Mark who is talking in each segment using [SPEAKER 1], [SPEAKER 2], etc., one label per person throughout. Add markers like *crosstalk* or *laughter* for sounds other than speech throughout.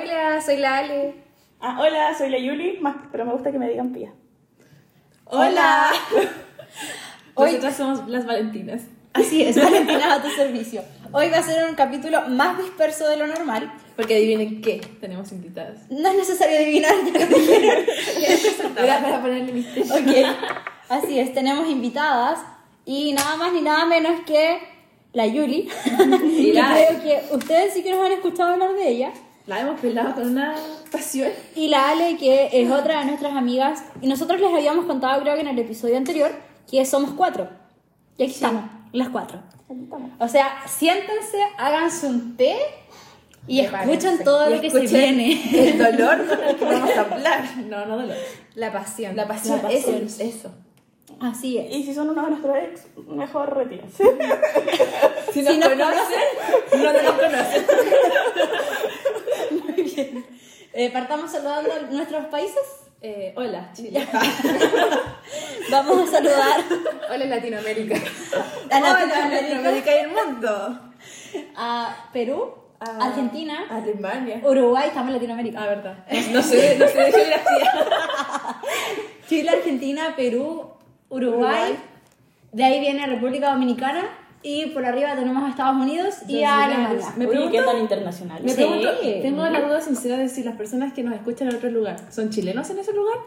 [SPEAKER 1] Hola, soy la Ale.
[SPEAKER 2] Ah, hola, soy la Yuli, más, pero me gusta que me digan pía.
[SPEAKER 1] Hola. *laughs* Hoy-
[SPEAKER 3] Nosotras somos las Valentinas.
[SPEAKER 1] *laughs* Así es, Valentina a tu servicio. Hoy va a ser un capítulo más disperso de lo normal, porque adivinen qué.
[SPEAKER 3] Tenemos invitadas.
[SPEAKER 1] No es necesario adivinar, *laughs* ya lo dijeron.
[SPEAKER 3] Era para ponerle misterio.
[SPEAKER 1] Ok, así es, tenemos invitadas y nada más ni nada menos que la Yuli. *laughs* Y
[SPEAKER 3] la-
[SPEAKER 1] creo que ustedes sí que nos han escuchado hablar de ella.
[SPEAKER 3] La hemos pelado con una pasión.
[SPEAKER 1] Y la Ale, que es otra de nuestras amigas. Y nosotros les habíamos contado, creo que en el episodio anterior, que somos cuatro. Y aquí estamos, las cuatro. O sea, siéntense, háganse un té y escuchen
[SPEAKER 4] Prepárense.
[SPEAKER 1] todo
[SPEAKER 3] Y
[SPEAKER 1] lo que se
[SPEAKER 3] escuchen
[SPEAKER 1] viene.
[SPEAKER 4] El dolor con el que vamos a hablar.
[SPEAKER 3] No, no dolor.
[SPEAKER 4] La
[SPEAKER 3] *laughs*
[SPEAKER 4] pasión.
[SPEAKER 3] La pasión,
[SPEAKER 1] La
[SPEAKER 3] eso,
[SPEAKER 1] pasión.
[SPEAKER 3] eso.
[SPEAKER 1] Así es.
[SPEAKER 2] Y si son uno de nuestros ex, mejor retírense.
[SPEAKER 3] Si nos,
[SPEAKER 1] nos
[SPEAKER 3] conocen, no nos conocen.
[SPEAKER 1] Eh, partamos saludando a nuestros países.
[SPEAKER 3] Eh, hola, Chile.
[SPEAKER 1] Vamos a saludar
[SPEAKER 3] *laughs*
[SPEAKER 4] Hola Latinoamérica.
[SPEAKER 1] a
[SPEAKER 4] Hola
[SPEAKER 1] Latinoamérica,
[SPEAKER 4] Latinoamérica y el mundo.
[SPEAKER 1] a Perú,
[SPEAKER 3] A-
[SPEAKER 1] Argentina,
[SPEAKER 3] Ah, Alemania.
[SPEAKER 1] Uruguay, estamos en Latinoamérica.
[SPEAKER 3] Ah, verdad. No sé, no sé de geografía.
[SPEAKER 1] Chile, Argentina, Perú, Uruguay.
[SPEAKER 3] Uruguay.
[SPEAKER 1] De ahí viene República Dominicana. Y por arriba tenemos a Estados Unidos y a Alemania.
[SPEAKER 3] Me
[SPEAKER 2] Oye, ¿qué
[SPEAKER 3] pregunto-
[SPEAKER 2] tan internacional?
[SPEAKER 3] Me
[SPEAKER 1] Sí.
[SPEAKER 3] pregunto, tengo la duda sincera de si las personas que nos escuchan en otro lugar son chilenos en ese lugar.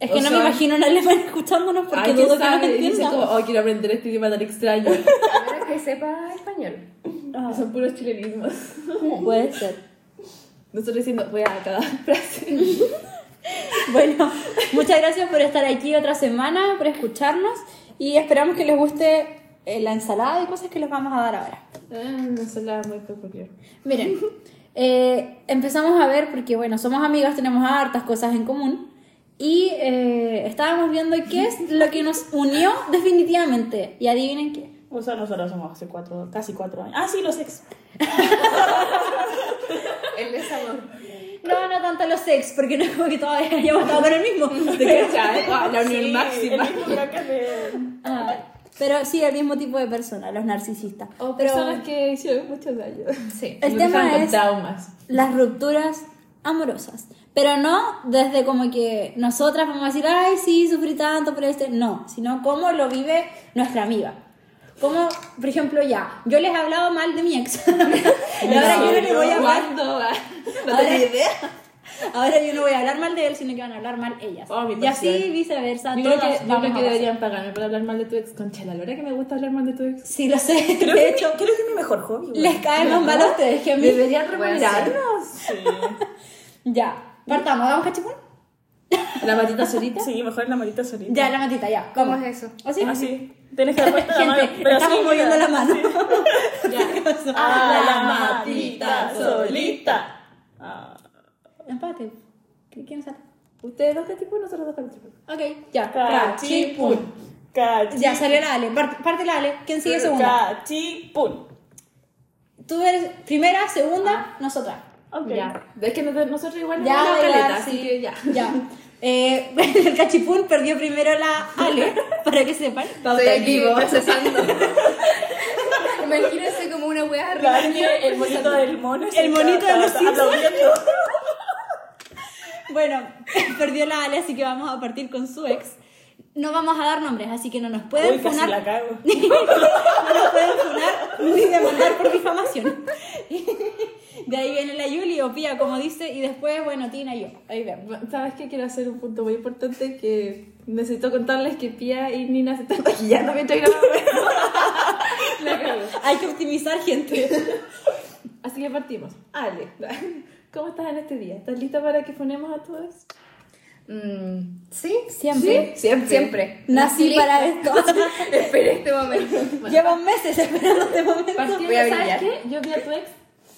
[SPEAKER 1] Es que
[SPEAKER 3] O
[SPEAKER 1] no me
[SPEAKER 3] sea-
[SPEAKER 1] imagino un alemán escuchándonos porque
[SPEAKER 3] Ay, ¿quién
[SPEAKER 1] dudo que nos
[SPEAKER 3] sabe? Y dicen como,
[SPEAKER 1] entienda.
[SPEAKER 3] oh, quiero aprender este idioma tan *laughs* extraño.
[SPEAKER 4] Primero que sepa español.
[SPEAKER 3] Son puros *laughs* chilenismos.
[SPEAKER 1] *laughs* Puede ser.
[SPEAKER 3] Nosotros diciendo, voy a cada *laughs* frase.
[SPEAKER 1] Bueno, muchas gracias por estar aquí otra semana, por escucharnos y esperamos que les guste eh, la ensalada y cosas que les vamos a dar ahora.
[SPEAKER 3] Ah, no se la muy poco creo.
[SPEAKER 1] Miren, eh, empezamos a ver, porque bueno, somos amigas, tenemos hartas cosas en común. Y eh, estábamos viendo qué es lo que nos unió definitivamente. Y adivinen qué.
[SPEAKER 2] O sea, nosotros somos hace cuatro, casi cuatro años. Ah, sí, los ex.
[SPEAKER 4] El desamor.
[SPEAKER 1] No, no tanto los ex, porque no es como que todavía hayamos estado con el mismo. *laughs* ¿Te cachas?
[SPEAKER 3] *laughs* Ah, la unión
[SPEAKER 2] Sí,
[SPEAKER 3] máxima.
[SPEAKER 2] El mismo crack de...
[SPEAKER 1] Ah, pero sí, el mismo tipo de personas, los narcisistas. Pero
[SPEAKER 3] O personas que hicieron muchos daños.
[SPEAKER 4] Sí.
[SPEAKER 1] El
[SPEAKER 3] Oh, Nos
[SPEAKER 1] tema
[SPEAKER 3] dejaron con
[SPEAKER 1] es-
[SPEAKER 3] traumas.
[SPEAKER 1] las rupturas amorosas. Pero no desde como que nosotras vamos a decir, ay, sí, sufrí tanto por este. No, sino cómo lo vive nuestra amiga. Como, por ejemplo, ya, yo les he hablado mal de mi ex. *laughs* y ahora yo no le voy a hablar.
[SPEAKER 3] ¿Cuándo va? No
[SPEAKER 1] Ahora,
[SPEAKER 3] tengo idea.
[SPEAKER 1] *laughs* ahora yo no voy a hablar mal de él, sino que van a hablar mal ellas.
[SPEAKER 3] Oh, mi
[SPEAKER 1] y así
[SPEAKER 3] pasión.
[SPEAKER 1] viceversa.
[SPEAKER 3] Yo creo
[SPEAKER 1] todas
[SPEAKER 3] que, yo
[SPEAKER 1] vamos
[SPEAKER 3] creo
[SPEAKER 1] a
[SPEAKER 3] que
[SPEAKER 1] pasar.
[SPEAKER 3] deberían pagarme por hablar mal de tu ex. Concha, la lora que me gusta hablar mal de tu ex.
[SPEAKER 1] Sí, lo sé.
[SPEAKER 2] Creo,
[SPEAKER 1] De
[SPEAKER 2] que
[SPEAKER 1] hecho,
[SPEAKER 2] mi, creo que es mi mejor hobby. güey.
[SPEAKER 1] *laughs* les cae más mal a ustedes que a mí.
[SPEAKER 3] Deberían
[SPEAKER 4] remunerarnos.
[SPEAKER 2] Ah, Sí.
[SPEAKER 1] Ya, partamos, ¿hagamos cachipún?
[SPEAKER 3] La matita solita.
[SPEAKER 2] sí, mejor la manita solita.
[SPEAKER 1] Ya, la matita, ya.
[SPEAKER 4] ¿Cómo es eso?
[SPEAKER 1] ¿O sí?
[SPEAKER 3] Ah,
[SPEAKER 2] Así. Tienes
[SPEAKER 1] *laughs*
[SPEAKER 2] que dar vuelta la mano.
[SPEAKER 1] Gente, estamos
[SPEAKER 2] así,
[SPEAKER 1] moviendo la
[SPEAKER 2] mira.
[SPEAKER 1] mano.
[SPEAKER 3] Ya.
[SPEAKER 2] A Ah, la matita solita. Ah.
[SPEAKER 1] *laughs* Empate. ¿Qui- ¿Quién sale?
[SPEAKER 3] Ustedes dos cachipún, nosotros dos cachipún.
[SPEAKER 1] Ok, ya.
[SPEAKER 2] Cachipún. Cachipún.
[SPEAKER 1] Ya salió la Ale. Parte, parte la Ale. ¿Quién sigue segunda?
[SPEAKER 2] Cachipún.
[SPEAKER 1] Tú eres primera, segunda, nosotras.
[SPEAKER 2] Ok.
[SPEAKER 3] Ya. Es que nos- nosotros igual nos
[SPEAKER 1] Ya,
[SPEAKER 3] vamos a
[SPEAKER 1] bailar,
[SPEAKER 3] caleta,
[SPEAKER 1] sí.
[SPEAKER 3] así que ya.
[SPEAKER 1] Ya. Eh, *laughs* el cachipún perdió primero la Ale, para que sepan.
[SPEAKER 4] Estoy aquí
[SPEAKER 3] *laughs*
[SPEAKER 4] procesando. Imagínense como una
[SPEAKER 1] *laughs*
[SPEAKER 4] wea arriba.
[SPEAKER 2] Claro que el monito del mono es
[SPEAKER 1] El monito de los Simpsons.
[SPEAKER 2] aplaudiendo.
[SPEAKER 1] Bueno, *laughs* perdió la Ale, así que vamos a partir con su ex. No vamos a dar nombres, así que no nos pueden
[SPEAKER 2] Uy, casi
[SPEAKER 1] funar.
[SPEAKER 2] la cago.
[SPEAKER 1] *laughs* no nos pueden funar ni demandar por difamación. De ahí viene la Yuli o Pía, como dice, y después, bueno, Tina y yo. Ahí vemos.
[SPEAKER 3] ¿Sabes qué? Quiero hacer un punto muy importante que necesito contarles que Pía y Nina se están *laughs* maquillando mientras grabamos. *laughs* La cago.
[SPEAKER 1] Hay que optimizar, gente.
[SPEAKER 3] Así que partimos. Ale, *laughs* ¿cómo estás en este día? ¿Estás lista para que funemos a tu ex?
[SPEAKER 4] Mm, ¿Sí?
[SPEAKER 1] Siempre.
[SPEAKER 4] ¿Sí? Siempre. Siempre.
[SPEAKER 1] Nací para esto. *laughs*
[SPEAKER 4] Esperé este momento.
[SPEAKER 1] Llevo meses esperando este momento.
[SPEAKER 3] Partiendo,
[SPEAKER 4] Voy a
[SPEAKER 3] ¿sabes
[SPEAKER 4] brillar.
[SPEAKER 3] qué? Yo vi a tu ex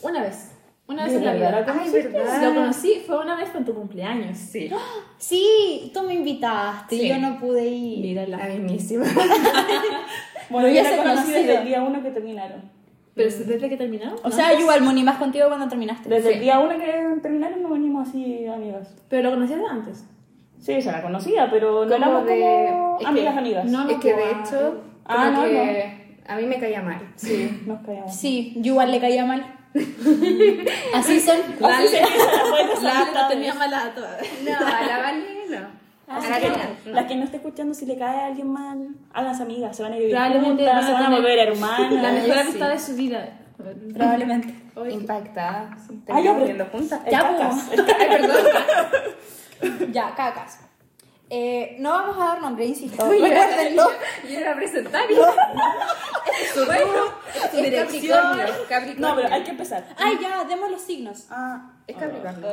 [SPEAKER 3] una vez. Una vez
[SPEAKER 2] ¿De
[SPEAKER 3] en la
[SPEAKER 2] verdad
[SPEAKER 3] vida.
[SPEAKER 2] la
[SPEAKER 4] Ay,
[SPEAKER 2] conociste?
[SPEAKER 4] verdad.
[SPEAKER 3] Lo conocí, fue una vez con tu cumpleaños.
[SPEAKER 4] Sí.
[SPEAKER 1] Sí, tú me invitaste y
[SPEAKER 4] Sí.
[SPEAKER 1] yo no pude ir.
[SPEAKER 3] Mira la.
[SPEAKER 4] buenísima.
[SPEAKER 2] Bueno,
[SPEAKER 1] Lo
[SPEAKER 2] yo
[SPEAKER 1] hubiese
[SPEAKER 2] la conocí desde
[SPEAKER 1] conocido.
[SPEAKER 2] el día uno que terminaron.
[SPEAKER 3] Pero desde que terminamos.
[SPEAKER 1] O
[SPEAKER 3] ¿no?
[SPEAKER 1] sea, yo igual moní más contigo cuando terminaste.
[SPEAKER 2] Desde el
[SPEAKER 4] Sí.
[SPEAKER 2] día uno que terminaron nos venimos así amigas.
[SPEAKER 3] Pero lo conocías de antes.
[SPEAKER 2] Sí, ya la conocía, pero no
[SPEAKER 4] Como
[SPEAKER 2] éramos
[SPEAKER 4] de-
[SPEAKER 2] como
[SPEAKER 4] es que-
[SPEAKER 2] amigas amigas.
[SPEAKER 3] no,
[SPEAKER 4] Es que de hecho,
[SPEAKER 2] Ah,
[SPEAKER 4] como
[SPEAKER 2] no,
[SPEAKER 4] que a mí me caía mal.
[SPEAKER 2] Sí,
[SPEAKER 1] *laughs*
[SPEAKER 2] nos callamos.
[SPEAKER 1] Sí, yo igual le caía mal. *laughs* Así son.
[SPEAKER 2] Así se empieza la buena
[SPEAKER 1] malas
[SPEAKER 3] las
[SPEAKER 1] a
[SPEAKER 3] tenía
[SPEAKER 1] todas.
[SPEAKER 3] malas a todas.
[SPEAKER 4] No, a la Vale no.
[SPEAKER 1] Ah,
[SPEAKER 4] a la Ariana, no.
[SPEAKER 2] Las que no esté escuchando, si le cae a alguien mal, háganse amigas, se van a ir
[SPEAKER 3] Probablemente
[SPEAKER 2] juntas,
[SPEAKER 3] van a
[SPEAKER 2] se van a
[SPEAKER 3] tener
[SPEAKER 2] volver
[SPEAKER 3] La
[SPEAKER 2] hermanas.
[SPEAKER 3] mejor
[SPEAKER 4] sí.
[SPEAKER 3] amistad de su vida.
[SPEAKER 1] Probablemente.
[SPEAKER 4] Impactada.
[SPEAKER 2] Ah, ya,
[SPEAKER 4] Terminamos
[SPEAKER 2] pero-
[SPEAKER 4] viendo juntas.
[SPEAKER 2] El
[SPEAKER 1] Ya, pues.
[SPEAKER 2] cacas.
[SPEAKER 1] *laughs*
[SPEAKER 4] Ay, perdón.
[SPEAKER 1] Ya, cacas. Eh, no vamos a dar nombre, insisto. Recuérdenlo.
[SPEAKER 4] Yo era presentar. bueno,
[SPEAKER 3] su
[SPEAKER 4] es
[SPEAKER 3] dirección.
[SPEAKER 4] Capricornio, Capricornio.
[SPEAKER 2] No, pero hay que empezar.
[SPEAKER 1] Ay, ya, demos los signos.
[SPEAKER 2] Ah,
[SPEAKER 4] Es Capricornio.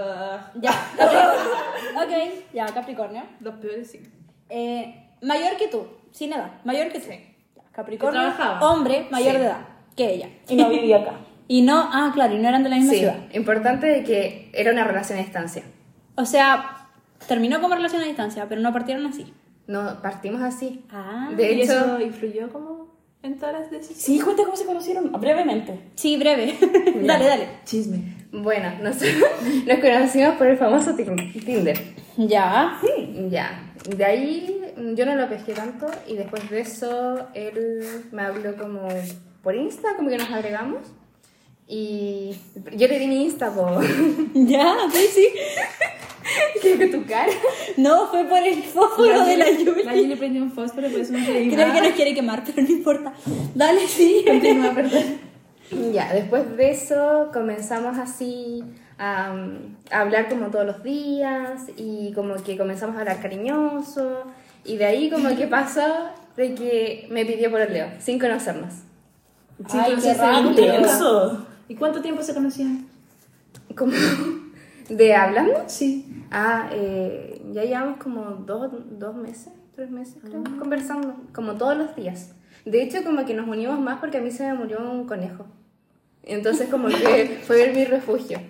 [SPEAKER 1] Ya. Capricornio. ok, ya, Capricornio.
[SPEAKER 3] Los peores sí.
[SPEAKER 1] Eh, mayor que tú, sin edad. Mayor que tú. Ya,
[SPEAKER 3] Que
[SPEAKER 1] Capricornio.
[SPEAKER 3] trabajaba.
[SPEAKER 1] Hombre mayor
[SPEAKER 4] Sí.
[SPEAKER 1] de edad que ella.
[SPEAKER 2] y no viví acá.
[SPEAKER 1] Y no, ah, claro, y no eran de la misma
[SPEAKER 4] Sí,
[SPEAKER 1] ciudad.
[SPEAKER 4] importante de que era una relación a distancia.
[SPEAKER 1] O sea, terminó como relación a distancia, pero no partieron así.
[SPEAKER 4] No, partimos así.
[SPEAKER 1] Ah.
[SPEAKER 4] De
[SPEAKER 3] ¿Y
[SPEAKER 4] hecho,
[SPEAKER 3] eso influyó como en todas las decisiones?
[SPEAKER 2] Sí, cuenta cómo se conocieron, brevemente.
[SPEAKER 1] Sí, breve. *laughs* dale, dale.
[SPEAKER 3] Chisme.
[SPEAKER 4] bueno, nos, *laughs* nos conocimos por el famoso Tin- Tinder.
[SPEAKER 1] Ya.
[SPEAKER 4] Ya. De ahí mm, yo no lo pesqué tanto y después de eso él me habló como por Insta, como que nos agregamos. Y yo le di mi Insta *laughs* por...
[SPEAKER 1] Ya, sí, sí.
[SPEAKER 4] que tu cara.
[SPEAKER 1] No, fue por el fósforo de la lluvia.
[SPEAKER 3] La Yuli prendió un fósforo, por eso no se
[SPEAKER 1] Creo que
[SPEAKER 3] quemaba.
[SPEAKER 1] nos quiere quemar, pero no importa. Dale, sí.
[SPEAKER 3] Continúa, perdón.
[SPEAKER 4] Ya, después de eso comenzamos así a, um, a hablar como todos los días y como que comenzamos a hablar cariñoso y de ahí como que pasó de que me pidió por el Leo, sin conocernos.
[SPEAKER 1] Ay,
[SPEAKER 3] entonces
[SPEAKER 1] qué
[SPEAKER 3] se
[SPEAKER 1] rápido.
[SPEAKER 3] vinculó.
[SPEAKER 2] Intenso.
[SPEAKER 3] ¿Y cuánto tiempo se conocían?
[SPEAKER 4] Como *laughs* de hablando.
[SPEAKER 3] Sí.
[SPEAKER 4] Ah, eh, ya llevamos como dos, dos meses, tres meses creo,
[SPEAKER 1] Ah.
[SPEAKER 4] conversando, como todos los días. De hecho, como que nos unimos más porque a mí se me murió un conejo. Entonces, como
[SPEAKER 1] *laughs*
[SPEAKER 4] que fue mi refugio.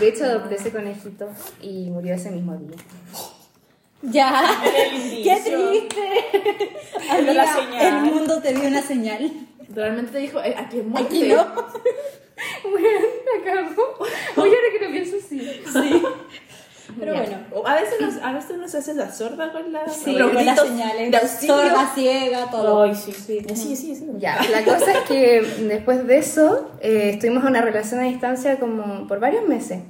[SPEAKER 4] De hecho, adopté
[SPEAKER 1] Ah.
[SPEAKER 4] ese conejito y murió ese mismo día.
[SPEAKER 1] Ya. Qué
[SPEAKER 2] Qué indicio.
[SPEAKER 1] triste.
[SPEAKER 2] Pero
[SPEAKER 1] Amiga,
[SPEAKER 2] la señal.
[SPEAKER 1] el mundo te dio una señal.
[SPEAKER 3] Realmente te dijo, eh, aquí es muerte.
[SPEAKER 1] Aquí no.
[SPEAKER 4] Bueno, la cago. Oye, ahora que lo pienso, sí.
[SPEAKER 1] Sí. Pero
[SPEAKER 4] Ya.
[SPEAKER 1] bueno.
[SPEAKER 3] O A veces nos, a veces nos hace la sorda con la...
[SPEAKER 1] Sí,
[SPEAKER 3] los
[SPEAKER 1] con las
[SPEAKER 3] gritos de
[SPEAKER 1] señales.
[SPEAKER 3] auxilio.
[SPEAKER 1] Sorda, ciega, todo.
[SPEAKER 2] Ay, sí, sí. Sí, sí, sí.
[SPEAKER 4] Ya, la cosa es que después de eso eh, estuvimos en una relación a distancia como por varios meses.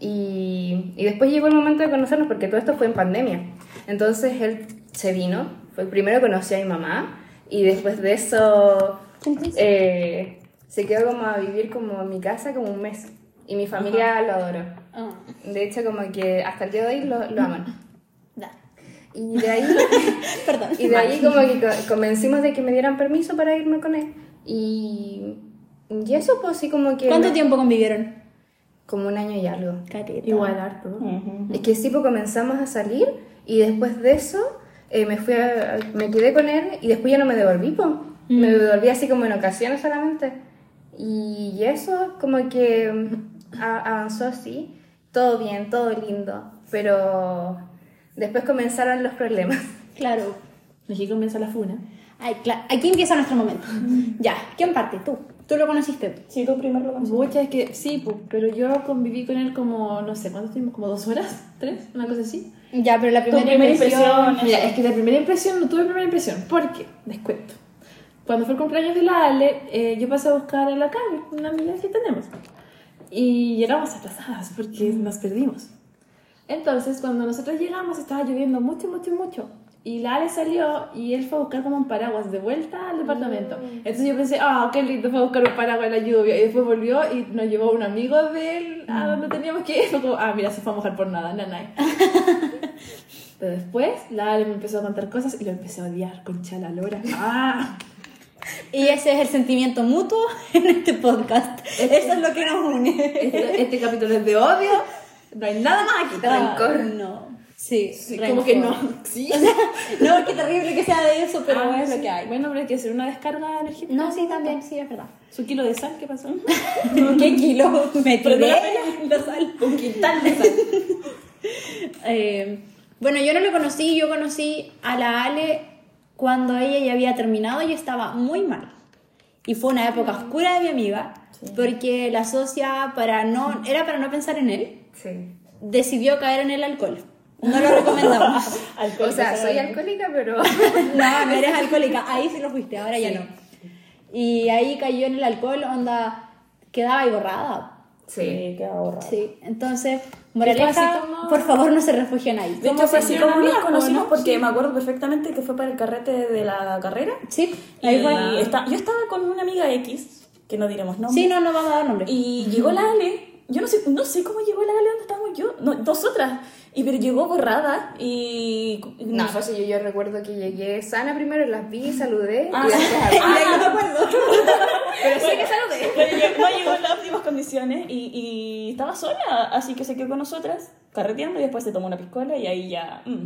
[SPEAKER 4] Y, y después llegó el momento de conocernos porque todo esto fue en pandemia. Entonces él se vino, fue, primero conoció a mi mamá y después de eso eh, se quedó como a vivir como en mi casa como un mes. Y mi familia lo adoró.
[SPEAKER 1] Ah,
[SPEAKER 4] De hecho, como que hasta el día de hoy lo, lo aman.
[SPEAKER 1] da.
[SPEAKER 4] Y de ahí...
[SPEAKER 1] Perdón.
[SPEAKER 4] Y de ahí como que co- convencimos de que me dieran permiso para irme con él. Y, y eso pues sí como que...
[SPEAKER 1] ¿Cuánto
[SPEAKER 4] me-
[SPEAKER 1] tiempo convivieron?
[SPEAKER 4] Como un año y algo.
[SPEAKER 3] Igual ¿ah? harto.
[SPEAKER 4] Es que sí pues comenzamos a salir y después de eso eh, me fui a- a- me quedé con él y después ya no me devolví pues. Me
[SPEAKER 1] Mm.
[SPEAKER 4] devolví así como en ocasiones solamente. Y eso como que mm, a- avanzó así. Todo bien, todo lindo. Pero después comenzaron los problemas.
[SPEAKER 1] Claro.
[SPEAKER 3] Aquí comienza la funa.
[SPEAKER 1] Ay, cla- Aquí empieza nuestro momento.
[SPEAKER 3] Mm.
[SPEAKER 1] Ya. ¿Quién parte? Tú. Tú lo conociste.
[SPEAKER 2] Sí, tú primero lo conocí.
[SPEAKER 3] Muchas que sí, pu- pero yo conviví con él como, no sé, ¿cuánto estuvimos? ¿Como dos horas? ¿Tres? Una cosa así.
[SPEAKER 1] Ya, pero la primera,
[SPEAKER 2] primera impresión,
[SPEAKER 1] impresión.
[SPEAKER 3] Mira, es que de primera impresión no tuve primera impresión. ¿Por qué? Les cuento. Cuando fue el cumpleaños de la Ale, eh, yo pasé a buscar a la Cami, una amiga que tenemos. Y llegamos atrasadas porque nos perdimos. Entonces, cuando nosotros llegamos, estaba lloviendo mucho, mucho, mucho. Y la Ale salió y él fue a buscar como un paraguas de vuelta al departamento. Entonces yo pensé, ah, qué lindo, fue a buscar un paraguas en la lluvia. Y después volvió y nos llevó un amigo de él a donde teníamos que ir. Fue como, ah, mira, se fue a mojar por nada, nanay. Pero después la Ale me empezó a contar cosas y lo empecé a odiar con la lora. *laughs* ¡Ah!
[SPEAKER 1] Y ese es el sentimiento mutuo *laughs* en este podcast. Eso es lo que nos une.
[SPEAKER 3] Este, este capítulo es de odio. No hay nada más aquí.
[SPEAKER 1] Rencor. Ah, No. Sí,
[SPEAKER 3] Sí,
[SPEAKER 1] rencor.
[SPEAKER 3] como que no. Sí.
[SPEAKER 1] *laughs* O sea, no, qué terrible que sea de eso, pero
[SPEAKER 3] Ah,
[SPEAKER 1] es lo
[SPEAKER 3] sí.
[SPEAKER 1] que hay.
[SPEAKER 3] Bueno, pero hay que hacer una descarga energética.
[SPEAKER 1] No, sí, también, sí, es verdad.
[SPEAKER 3] Su kilo de sal, ¿qué pasó?
[SPEAKER 1] *laughs* ¿Qué kilo me
[SPEAKER 3] Pero no
[SPEAKER 1] tiré?
[SPEAKER 3] la
[SPEAKER 1] La sal.
[SPEAKER 3] Un quintal de sal.
[SPEAKER 1] Eh, bueno, yo no lo conocí, yo conocí a la Ale cuando ella ya había terminado, yo estaba muy mal. Y fue una época oscura de mi amiga, porque la socia, para no, era para no pensar en él,
[SPEAKER 4] Sí.
[SPEAKER 1] decidió caer en el alcohol. No lo recomendamos.
[SPEAKER 2] Alcohol,
[SPEAKER 4] O sea,
[SPEAKER 2] pasaba
[SPEAKER 4] soy
[SPEAKER 2] de-
[SPEAKER 4] alcohólica, *laughs* pero...
[SPEAKER 1] No, no eres alcohólica. Ahí sí lo fuiste, ahora ya no. Y ahí cayó en el alcohol, onda, quedaba ahí borrada.
[SPEAKER 4] Sí.
[SPEAKER 2] que ahorra.
[SPEAKER 1] Sí, entonces,
[SPEAKER 3] fue
[SPEAKER 1] moraleja,
[SPEAKER 3] así como-
[SPEAKER 1] por favor no se refugian ahí.
[SPEAKER 2] De
[SPEAKER 1] Como
[SPEAKER 2] hecho, fue
[SPEAKER 1] si
[SPEAKER 2] así
[SPEAKER 1] no
[SPEAKER 2] como nos
[SPEAKER 1] hubiera,
[SPEAKER 2] conocimos
[SPEAKER 1] ¿no?
[SPEAKER 2] porque me acuerdo perfectamente que fue para el carrete de la carrera.
[SPEAKER 1] Sí, ahí fue.
[SPEAKER 2] Y está, yo estaba con una amiga X, que no diremos nombre.
[SPEAKER 1] Sí, no, no vamos a dar nombre.
[SPEAKER 2] Y llegó la Ale. Yo no sé, no sé cómo llegó la Ale, ¿dónde estábamos yo? No, nosotras. Y pero llegó borrada y...
[SPEAKER 4] No, pues yo, yo recuerdo que llegué sana primero, las vi, saludé.
[SPEAKER 2] Ah,
[SPEAKER 4] y después *laughs* hablé.
[SPEAKER 2] ah, no me acuerdo.
[SPEAKER 4] Pero sí que saludé.
[SPEAKER 2] Pero llegó, no llegó en las últimas condiciones y, y estaba sola, así que se quedó con nosotras, carreteando y después se tomó una piscola y ahí ya... mm,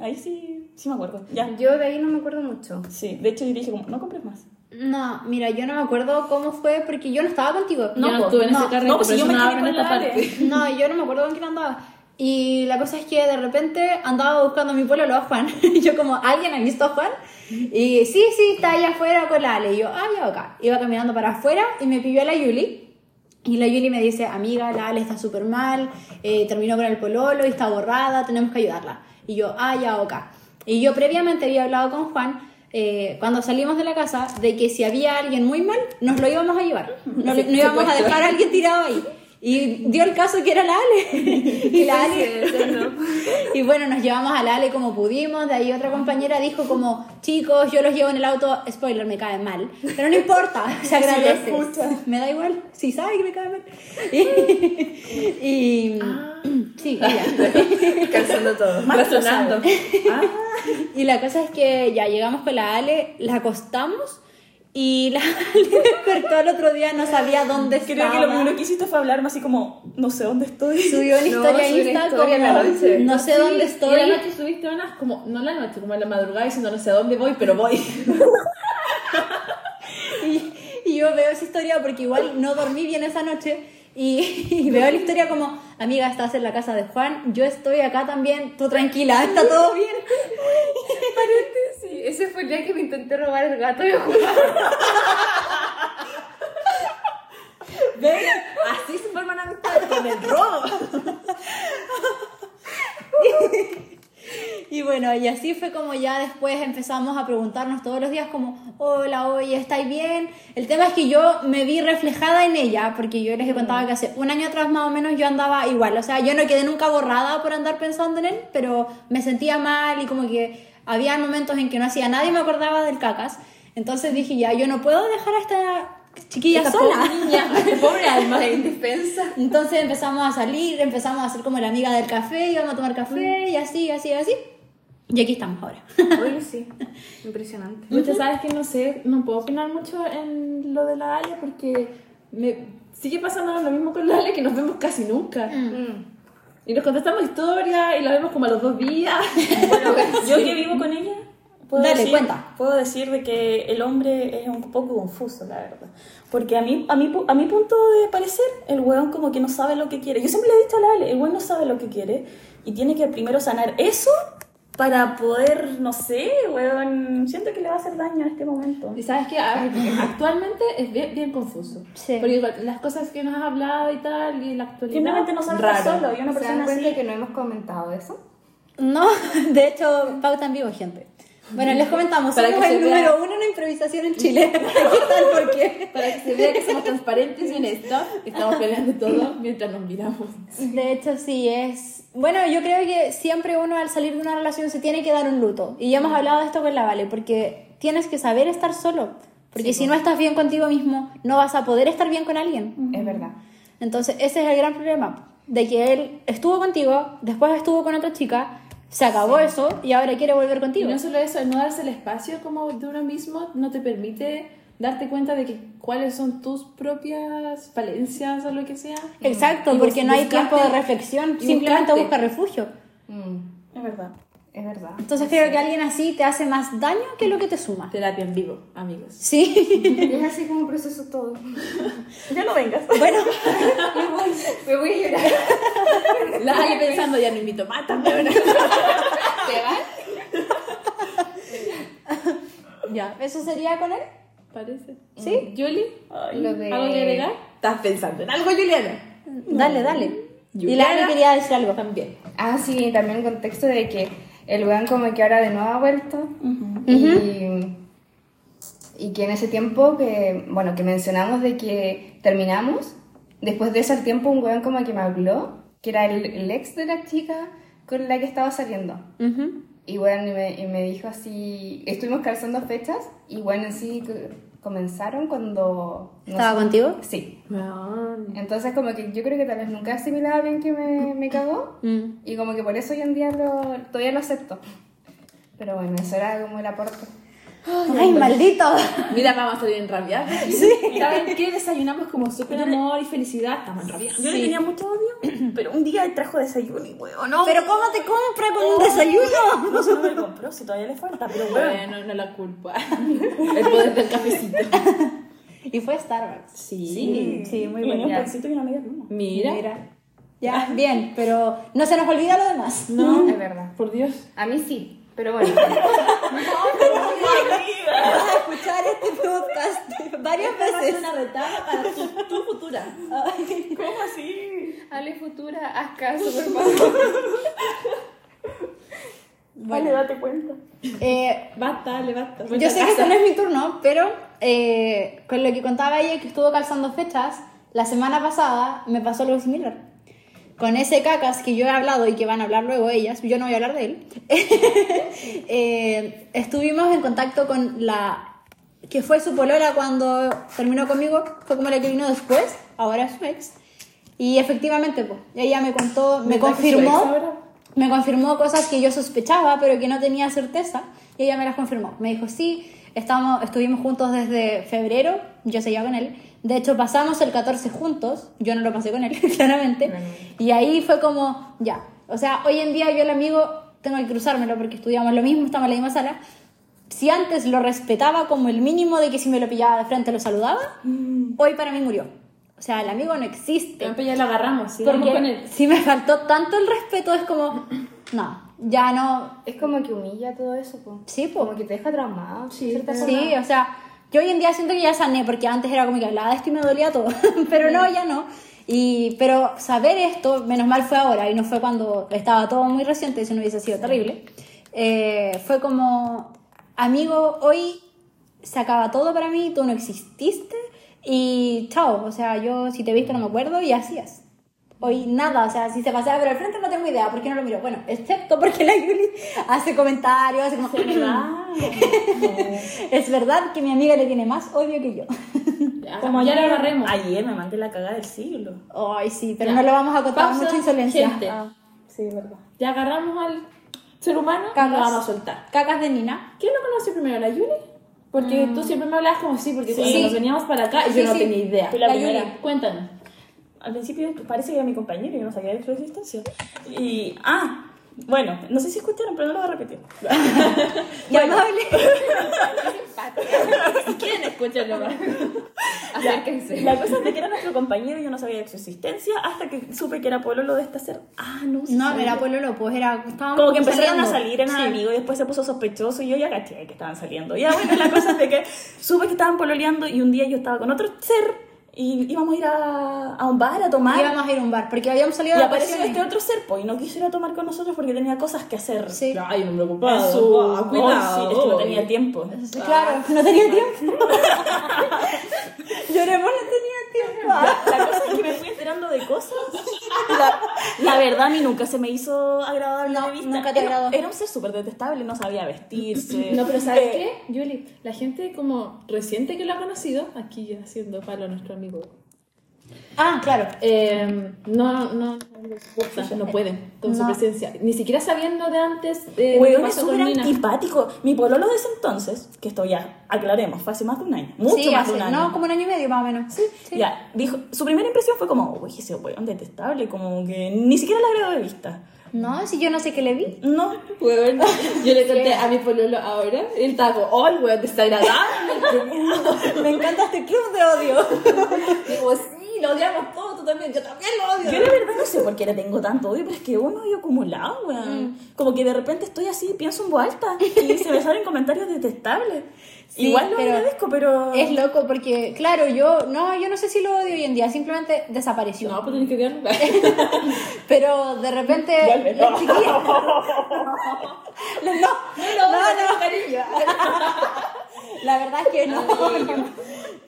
[SPEAKER 2] ahí sí, sí me acuerdo. Ya.
[SPEAKER 4] Yo de ahí no me acuerdo mucho.
[SPEAKER 2] Sí, de hecho yo dije como, no compres más.
[SPEAKER 1] No, mira, yo no me acuerdo cómo fue porque yo no estaba contigo.
[SPEAKER 3] No,
[SPEAKER 1] Yo
[SPEAKER 3] no estuve en
[SPEAKER 1] no,
[SPEAKER 3] ese carrete,
[SPEAKER 2] no, pues
[SPEAKER 3] pero
[SPEAKER 2] si
[SPEAKER 3] yo
[SPEAKER 2] yo
[SPEAKER 3] no
[SPEAKER 2] me
[SPEAKER 3] hablo en
[SPEAKER 2] quedé
[SPEAKER 3] esta
[SPEAKER 2] con la
[SPEAKER 3] parte.
[SPEAKER 1] *laughs* No, yo no me acuerdo con quién andaba. Y la cosa es que de repente andaba buscando a mi pueblo, a Juan. *laughs* Y yo como, ¿alguien ha visto a Juan? Y sí, sí, está allá afuera con la Ale. Y yo, ah, ya acá. Iba caminando para afuera y me pilló a la Yuli. Y la Yuli me dice, amiga, la Ale está súper mal, eh, terminó con el pololo y está borrada, tenemos que ayudarla. Y yo, ah, ya acá. Y yo previamente había hablado con Juan. eh, cuando salimos de la casa, de que si había alguien muy mal, nos lo íbamos a llevar. No, le- no íbamos a dejar a alguien tirado ahí. Y dio el caso que era la Ale. y la Ale. Y bueno, nos llevamos a la Ale como pudimos. De ahí otra compañera dijo como, chicos, yo los llevo en el auto. Spoiler, me cae mal. Pero no importa, *laughs* se agradece. me da igual, si sabe que me cae mal. Y, y- sí, ella.
[SPEAKER 3] *laughs*
[SPEAKER 4] Calzando todo.
[SPEAKER 3] Razonando.
[SPEAKER 1] Y la cosa es que ya llegamos con la Ale, la acostamos y la *laughs* Ale despertó al otro día, no sabía dónde
[SPEAKER 2] Creo
[SPEAKER 1] estaba.
[SPEAKER 2] que lo primero que hiciste fue hablarme así como, no sé dónde estoy.
[SPEAKER 1] Subió una
[SPEAKER 4] No,
[SPEAKER 1] historia a
[SPEAKER 4] subí una
[SPEAKER 1] Insta
[SPEAKER 4] historia en la
[SPEAKER 1] como,
[SPEAKER 4] noche.
[SPEAKER 1] no sé
[SPEAKER 3] Sí,
[SPEAKER 1] dónde
[SPEAKER 3] Y en la
[SPEAKER 1] estoy.
[SPEAKER 3] noche subiste unas como, no en la noche, como en la madrugada diciendo no sé a dónde voy, pero *laughs* voy.
[SPEAKER 1] *laughs* Y, y yo veo esa historia porque igual no dormí bien esa noche. Y, *laughs* y veo la historia como, amiga, estás en la casa de Juan, yo estoy acá también, tú tranquila, está todo bien.
[SPEAKER 4] Sí, ese fue el día que me intenté robar el gato de Juan.
[SPEAKER 1] ¿Ves? Así se forman amistades con el robo. Y bueno, y así fue como ya después empezamos a preguntarnos todos los días como, hola, oye, ¿estáis bien? El tema es que yo me vi reflejada en ella, porque yo les he
[SPEAKER 3] Mm.
[SPEAKER 1] contado que hace un año atrás más o menos yo andaba igual, o sea, yo no quedé nunca borrada por andar pensando en él, pero me sentía mal y como que había momentos en que no hacía nada y me acordaba del cacas, entonces dije, ya, yo no puedo dejar a esta chiquilla sola. *laughs*
[SPEAKER 3] Pobre alma.
[SPEAKER 4] Defensa.
[SPEAKER 1] Entonces empezamos a salir, empezamos a ser como la amiga del café, íbamos a tomar café y así, así, así. Y aquí estamos ahora.
[SPEAKER 4] Oye, sí. Impresionante.
[SPEAKER 3] Muchas sabes que no sé, no puedo opinar mucho en lo de la Ale porque me sigue pasando lo mismo con la Ale que nos vemos casi nunca.
[SPEAKER 4] Mm.
[SPEAKER 3] Y nos contestamos historias y la vemos como a los dos días. *laughs*
[SPEAKER 2] Bueno, yo que vivo con ella, puedo,
[SPEAKER 1] Dale,
[SPEAKER 2] decir,
[SPEAKER 1] cuenta.
[SPEAKER 2] puedo decir de que el hombre es un poco confuso, la verdad. Porque a mí, a, mí, a mi punto de parecer, el weón como que no sabe lo que quiere. Yo siempre le he dicho a la Ale, el weón no sabe lo que quiere y tiene que primero sanar eso para poder, no sé, weón, siento que le va a hacer daño en este momento.
[SPEAKER 3] Y sabes que a- actualmente es bien, bien confuso.
[SPEAKER 1] Sí.
[SPEAKER 3] Porque igual, las cosas que nos has hablado y tal y la actualidad.
[SPEAKER 2] Simplemente no sabe
[SPEAKER 3] raro.
[SPEAKER 2] estar solo y una
[SPEAKER 4] ¿Se dan
[SPEAKER 2] persona
[SPEAKER 4] cuenta
[SPEAKER 2] así...
[SPEAKER 4] que no hemos comentado eso?
[SPEAKER 1] No, de hecho, pauta en vivo, gente. Bueno, les comentamos,
[SPEAKER 3] Para
[SPEAKER 1] somos
[SPEAKER 3] que se
[SPEAKER 1] el
[SPEAKER 3] vea.
[SPEAKER 1] número uno en improvisación en Chile. *laughs* ¿Qué tal? ¿Por qué?
[SPEAKER 3] Para que se vea que somos transparentes y honestos, estamos peleando todo mientras nos miramos.
[SPEAKER 1] De hecho, sí, es... Bueno, yo creo que siempre uno al salir de una relación se tiene que dar un luto. Y ya
[SPEAKER 3] Mm.
[SPEAKER 1] hemos hablado de esto con la Vale, porque tienes que saber estar solo. Porque si no estás bien contigo mismo, no vas a poder estar bien con alguien.
[SPEAKER 4] Es verdad.
[SPEAKER 1] Entonces, ese es el gran problema, de que él estuvo contigo, después estuvo con otra chica, se acabó eso y ahora quiere volver
[SPEAKER 3] Y
[SPEAKER 1] contigo.
[SPEAKER 3] no solo eso, el no darse el espacio como de uno mismo no te permite darte cuenta de que cuáles son tus propias falencias o lo que sea.
[SPEAKER 1] Exacto,
[SPEAKER 3] Y bus-
[SPEAKER 1] porque no hay
[SPEAKER 3] buscarte-
[SPEAKER 1] tiempo de reflexión,
[SPEAKER 3] y
[SPEAKER 1] simplemente
[SPEAKER 3] buscarte.
[SPEAKER 1] busca refugio.
[SPEAKER 2] Es verdad.
[SPEAKER 4] Mm, Es verdad.
[SPEAKER 1] Entonces creo que alguien así te hace más daño que lo que te suma.
[SPEAKER 3] Terapia en vivo, amigos.
[SPEAKER 1] Sí, *laughs*
[SPEAKER 4] Es así como proceso todo.
[SPEAKER 2] Ya no vengas.
[SPEAKER 3] *laughs*
[SPEAKER 1] bueno,
[SPEAKER 4] *laughs* Me voy a llorar.
[SPEAKER 3] La Ale pensando, ya no invito, mátame. *laughs* ahora.
[SPEAKER 4] ¿Te vas?
[SPEAKER 1] *laughs* ya, ¿eso sería con él?
[SPEAKER 3] Parece.
[SPEAKER 1] ¿Sí?
[SPEAKER 3] ¿Julie?
[SPEAKER 4] Lo de...
[SPEAKER 3] ¿Algo que agregar? ¿Estás pensando en algo, Juliana?
[SPEAKER 1] Dale, dale.
[SPEAKER 3] Yo-
[SPEAKER 1] Y Lali quería decir algo.
[SPEAKER 3] También.
[SPEAKER 4] Ah, sí, también el contexto de que el weón como que ahora de nuevo ha vuelto. y, y que en ese tiempo que, bueno, que mencionamos de que terminamos, Después de eso, al tiempo, un weón como que me habló, que era el, el ex de la chica con la que estaba saliendo.
[SPEAKER 1] Ujú.
[SPEAKER 4] Y bueno, y me, y me dijo así, estuvimos calzando fechas y bueno, sí, c- comenzaron cuando... no
[SPEAKER 1] ¿Estaba
[SPEAKER 4] sé-
[SPEAKER 1] contigo?
[SPEAKER 4] Sí.
[SPEAKER 3] Weón.
[SPEAKER 4] Entonces como que yo creo que tal vez nunca asimilaba bien que me, me cagó
[SPEAKER 1] Mm.
[SPEAKER 4] y como que por eso hoy en día lo, todavía lo acepto. Pero bueno, eso era como el aporte.
[SPEAKER 1] Ay, maldito.
[SPEAKER 3] Mira, vamos a
[SPEAKER 2] *laughs*
[SPEAKER 3] salir enrabiados. ¿Saben qué? Desayunamos como súper amor y felicidad. Estamos enrabiados.
[SPEAKER 2] Yo le tenía mucho odio, pero un día trajo desayuno y weón, no.
[SPEAKER 1] Pero ¿cómo te compra con un desayuno?
[SPEAKER 2] No, si
[SPEAKER 3] *laughs*
[SPEAKER 2] no me lo compró, si todavía le falta, pero weón.
[SPEAKER 3] Bueno, no la culpa. *laughs* El poder del cafecito.
[SPEAKER 1] Y fue Starbucks.
[SPEAKER 3] Sí.
[SPEAKER 1] sí, muy
[SPEAKER 2] Y
[SPEAKER 1] bueno.
[SPEAKER 2] un pancito y una media
[SPEAKER 3] *laughs*
[SPEAKER 2] luna.
[SPEAKER 3] Mira.
[SPEAKER 1] Ya, bien, pero no se nos olvida lo demás.
[SPEAKER 3] No.
[SPEAKER 4] Es verdad.
[SPEAKER 3] Por Dios.
[SPEAKER 4] A mí sí, pero bueno.
[SPEAKER 1] *laughs* Vas a escuchar este podcast varias veces.
[SPEAKER 3] una retada para tu, tu futura.
[SPEAKER 2] ¿Cómo así?
[SPEAKER 4] Ale futura, haz caso, por favor.
[SPEAKER 2] Vale, date cuenta.
[SPEAKER 1] Eh,
[SPEAKER 3] Basta, le basta.
[SPEAKER 1] yo sé que este no es mi turno, pero eh, con lo que contaba ella que estuvo calzando fechas, la semana pasada me pasó algo similar. Con ese cacas que yo he hablado y que van a hablar luego ellas, yo no voy a hablar de él, *laughs* eh, estuvimos en contacto con la que fue su polola cuando terminó conmigo, fue como la que vino después, ahora es su ex. Y efectivamente, pues, ella me contó, me
[SPEAKER 3] ¿Verdad que su ex
[SPEAKER 1] confirmó
[SPEAKER 3] ahora?
[SPEAKER 1] me confirmó cosas que yo sospechaba, pero que no tenía certeza, y ella me las confirmó. Me dijo, sí, estamos, estuvimos juntos desde febrero, yo seguía con él. De hecho, pasamos el 14 juntos, yo no lo pasé con él, *laughs* claramente. Y ahí fue como, ya. O sea, hoy en día yo el amigo tengo que cruzármelo porque estudiamos lo mismo, estamos en la misma sala. Si antes lo respetaba como el mínimo de que si me lo pillaba de frente lo saludaba, hoy para mí murió. O sea, el amigo no existe.
[SPEAKER 3] Siempre ya lo agarramos. Sí,
[SPEAKER 1] Porque
[SPEAKER 3] vamos con él.
[SPEAKER 1] si me faltó tanto el respeto, es como, no, ya no.
[SPEAKER 4] Es como que humilla todo eso, po.
[SPEAKER 1] Sí, po.
[SPEAKER 4] Como que te deja traumado. Sí,
[SPEAKER 1] Sí, o sea, yo hoy en día siento que ya sané, porque antes era como que hablaba de esto y me dolía todo, *laughs* pero no, ya no. Y, pero saber esto, menos mal fue ahora y no fue cuando estaba todo muy reciente, eso no hubiese sido terrible. Eh, fue como, amigo, hoy se acaba todo para mí, tú no exististe y chao, o sea, yo si te he visto no me acuerdo y así es. Hoy nada, o sea, si se pasaba por el frente no tengo idea, ¿por qué no lo miro? Bueno, excepto porque la Yuli *laughs* hace comentarios, hace como... "Ah, es verdad que mi amiga le tiene más odio que yo.
[SPEAKER 3] Como ya lo agarremos.
[SPEAKER 2] Ayer me mandé la cagada del siglo.
[SPEAKER 1] Ay, sí, pero
[SPEAKER 3] Ya.
[SPEAKER 1] no lo vamos a contar,
[SPEAKER 3] Pausa,
[SPEAKER 1] mucha insolencia.
[SPEAKER 3] gente.
[SPEAKER 1] Ah.
[SPEAKER 2] Sí, verdad.
[SPEAKER 3] Ya agarramos al ser humano y lo
[SPEAKER 1] Cacas.
[SPEAKER 3] vamos a soltar.
[SPEAKER 1] Cacas de Nina.
[SPEAKER 3] ¿Quién lo conoció primero? ¿La Yuli? Porque tú siempre me hablabas como Mm. sí, porque
[SPEAKER 1] Sí.
[SPEAKER 3] cuando nos veníamos para acá
[SPEAKER 1] Sí,
[SPEAKER 3] yo no
[SPEAKER 1] sí.
[SPEAKER 3] tenía idea.
[SPEAKER 2] Fui la primera.
[SPEAKER 3] Yuli, cuéntanos.
[SPEAKER 2] Al principio pues, parece que era mi compañero y yo no sabía de su existencia. Y. ¡Ah! Bueno, no sé si escucharon, pero no lo voy a repetir.
[SPEAKER 1] Y amable.
[SPEAKER 3] Si quieren, escúchenlo. *laughs*
[SPEAKER 4] Acérquense.
[SPEAKER 2] La cosa es de que era nuestro compañero y yo no sabía de su existencia hasta que supe que era pololo de esta ser. ¡Ah, no! sí
[SPEAKER 1] No, no
[SPEAKER 2] sabía.
[SPEAKER 1] era Pololo, pues era. estábamos
[SPEAKER 2] Como que empezaron a
[SPEAKER 1] saliendo.
[SPEAKER 2] salir, eran amigos, y después se puso sospechoso y yo ya caché que estaban saliendo. Ya, bueno, la cosa
[SPEAKER 1] *laughs*
[SPEAKER 2] es de que supe que estaban pololeando y un día yo estaba con otro ser y íbamos a ir a, a un bar a tomar.
[SPEAKER 1] Íbamos a ir a un bar, porque habíamos salido
[SPEAKER 2] Y
[SPEAKER 1] de
[SPEAKER 2] apareció
[SPEAKER 1] vacaciones.
[SPEAKER 2] este otro serpo y no quiso ir a tomar con nosotros porque tenía cosas que hacer.
[SPEAKER 1] Sí.
[SPEAKER 3] Ay, no me
[SPEAKER 2] En
[SPEAKER 3] preocupaba.
[SPEAKER 2] su
[SPEAKER 3] Su...
[SPEAKER 2] Oh, sí, es que no tenía tiempo.
[SPEAKER 1] Claro, no tenía tiempo. *laughs* Lloremos, no tenía tiempo.
[SPEAKER 2] La cosa es que me fui enterando de cosas. La, la verdad, a mí nunca se me hizo agradable
[SPEAKER 1] No,
[SPEAKER 2] la vista.
[SPEAKER 1] nunca te
[SPEAKER 2] Era-
[SPEAKER 1] agradó.
[SPEAKER 2] Era, un ser súper detestable, no sabía vestirse.
[SPEAKER 3] No, pero ¿sabes
[SPEAKER 2] Eh,
[SPEAKER 3] qué, Yuli? La gente como reciente que lo ha conocido, aquí ya haciendo palo a nuestro amigo,
[SPEAKER 1] Ah, claro.
[SPEAKER 3] eh, no, no, no, les gusta, no pueden con su
[SPEAKER 1] No.
[SPEAKER 3] presencia. Ni siquiera sabiendo de antes eh,
[SPEAKER 2] Weón, es
[SPEAKER 3] qué pasó
[SPEAKER 2] súper
[SPEAKER 3] con Nina.
[SPEAKER 2] antipático. Mi pololo de ese entonces, que esto ya aclaremos, fue hace más de un año. Mucho
[SPEAKER 1] sí,
[SPEAKER 2] más
[SPEAKER 1] hace-
[SPEAKER 2] de un año.
[SPEAKER 1] No, como un año y medio más o menos. Sí,
[SPEAKER 2] Ya, dijo, su primera impresión fue como, uy, ese weón detestable, como que ni siquiera le agradó de vista.
[SPEAKER 1] No, si yo no sé qué le vi.
[SPEAKER 2] No, *laughs*
[SPEAKER 3] Weón, *laughs* yo le conté a mi pololo ahora, él estaba como, oh, el weón *laughs* desagradable.
[SPEAKER 1] Me encanta este club de odio.
[SPEAKER 3] Digo, sí, lo odiamos todo, tú también, yo también lo
[SPEAKER 2] yo de
[SPEAKER 3] odio.
[SPEAKER 2] verdad no sé por qué le tengo tanto odio, pero es que uno odio acumulado, weón. Como que de repente estoy así, pienso en voz alta y se me salen comentarios detestables.
[SPEAKER 1] Sí,
[SPEAKER 2] Igual lo
[SPEAKER 1] pero-
[SPEAKER 2] agradezco, pero...
[SPEAKER 1] Es loco porque, claro, yo no, yo no sé si lo odio hoy en día, simplemente desapareció.
[SPEAKER 3] No, pues tenés que odiarlo.
[SPEAKER 1] Pero de repente.
[SPEAKER 2] Vuelve,
[SPEAKER 1] la
[SPEAKER 2] no.
[SPEAKER 1] chiquilla- *laughs* no, no, no, *laughs*
[SPEAKER 3] cariño.
[SPEAKER 1] La verdad es que no.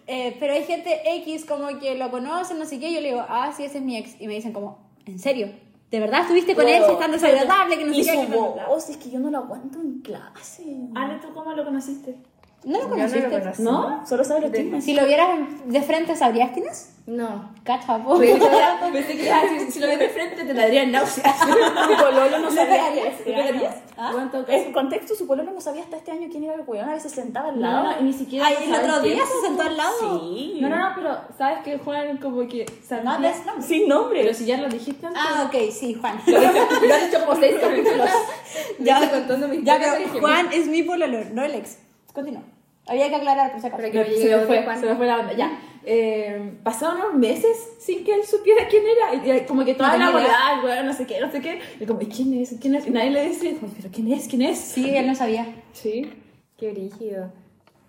[SPEAKER 1] Eh, pero hay gente X como que lo conoce, no sé qué, yo le digo, ah, sí, ese es mi ex. Y me dicen como, ¿en serio? ¿De verdad estuviste con él? Si es tan desagradable que no sé
[SPEAKER 2] Y
[SPEAKER 1] qué.
[SPEAKER 2] su
[SPEAKER 1] que bla, bla, bla".
[SPEAKER 2] voz, es que yo no la aguanto en clase.
[SPEAKER 3] Ale, ¿tú cómo lo conociste?
[SPEAKER 1] ¿No lo
[SPEAKER 4] Yo no lo
[SPEAKER 1] conociste?
[SPEAKER 4] conocí.
[SPEAKER 2] ¿No? Solo sabes los chismes.
[SPEAKER 1] Si lo vieras de frente, ¿sabrías quién es?
[SPEAKER 4] No.
[SPEAKER 1] Cacha, po.
[SPEAKER 4] Pero
[SPEAKER 1] *laughs*
[SPEAKER 4] yo
[SPEAKER 1] No
[SPEAKER 4] era-
[SPEAKER 3] Pensé que ah, si, si lo ves de frente te
[SPEAKER 1] *laughs*
[SPEAKER 3] darían náuseas.
[SPEAKER 2] Su pololo no sabía.
[SPEAKER 1] pegarías,
[SPEAKER 2] ¿Lo pegarías?
[SPEAKER 1] claro.
[SPEAKER 3] Ah, en todo caso.
[SPEAKER 2] este En contexto, su pololo no sabía hasta este año quién era el weón. A veces sentaba al
[SPEAKER 3] No,
[SPEAKER 2] lado.
[SPEAKER 3] no, y ni siquiera.
[SPEAKER 1] Ay,
[SPEAKER 3] se
[SPEAKER 1] el
[SPEAKER 3] sabe
[SPEAKER 1] otro día
[SPEAKER 3] tiempo.
[SPEAKER 1] se sentó al lado.
[SPEAKER 2] Sí.
[SPEAKER 3] No, no, no, pero sabes que Juan como que sabía.
[SPEAKER 1] No, ves, no.
[SPEAKER 2] Sin nombre.
[SPEAKER 3] Pero si ya lo dijiste antes.
[SPEAKER 1] Ah, ok, sí, Juan.
[SPEAKER 4] Lo has hecho por
[SPEAKER 3] *laughs*
[SPEAKER 4] seis capítulos. Ya estoy contando mi
[SPEAKER 1] *laughs* Ya,
[SPEAKER 4] historia,
[SPEAKER 1] pero
[SPEAKER 4] dije,
[SPEAKER 1] Juan es mi pololo, no el ex. Continúa. Había que aclarar por si acaso.
[SPEAKER 4] Para que
[SPEAKER 3] Me-
[SPEAKER 4] no
[SPEAKER 3] se me
[SPEAKER 4] llegue
[SPEAKER 3] fue,
[SPEAKER 4] fue Juan.
[SPEAKER 3] se me fue la onda, ya. Eh, pasaron unos meses sin que él supiera quién era. Y, y como que toda
[SPEAKER 1] No
[SPEAKER 3] la
[SPEAKER 1] tenía idea.
[SPEAKER 3] volada, el weón, no sé qué, no sé qué. Y como, ¿y quién es? ¿Quién es? Y nadie le decía, como, ¿pero quién es? ¿Quién es?
[SPEAKER 1] Sí, él no sabía.
[SPEAKER 3] Sí.
[SPEAKER 4] Qué brígido.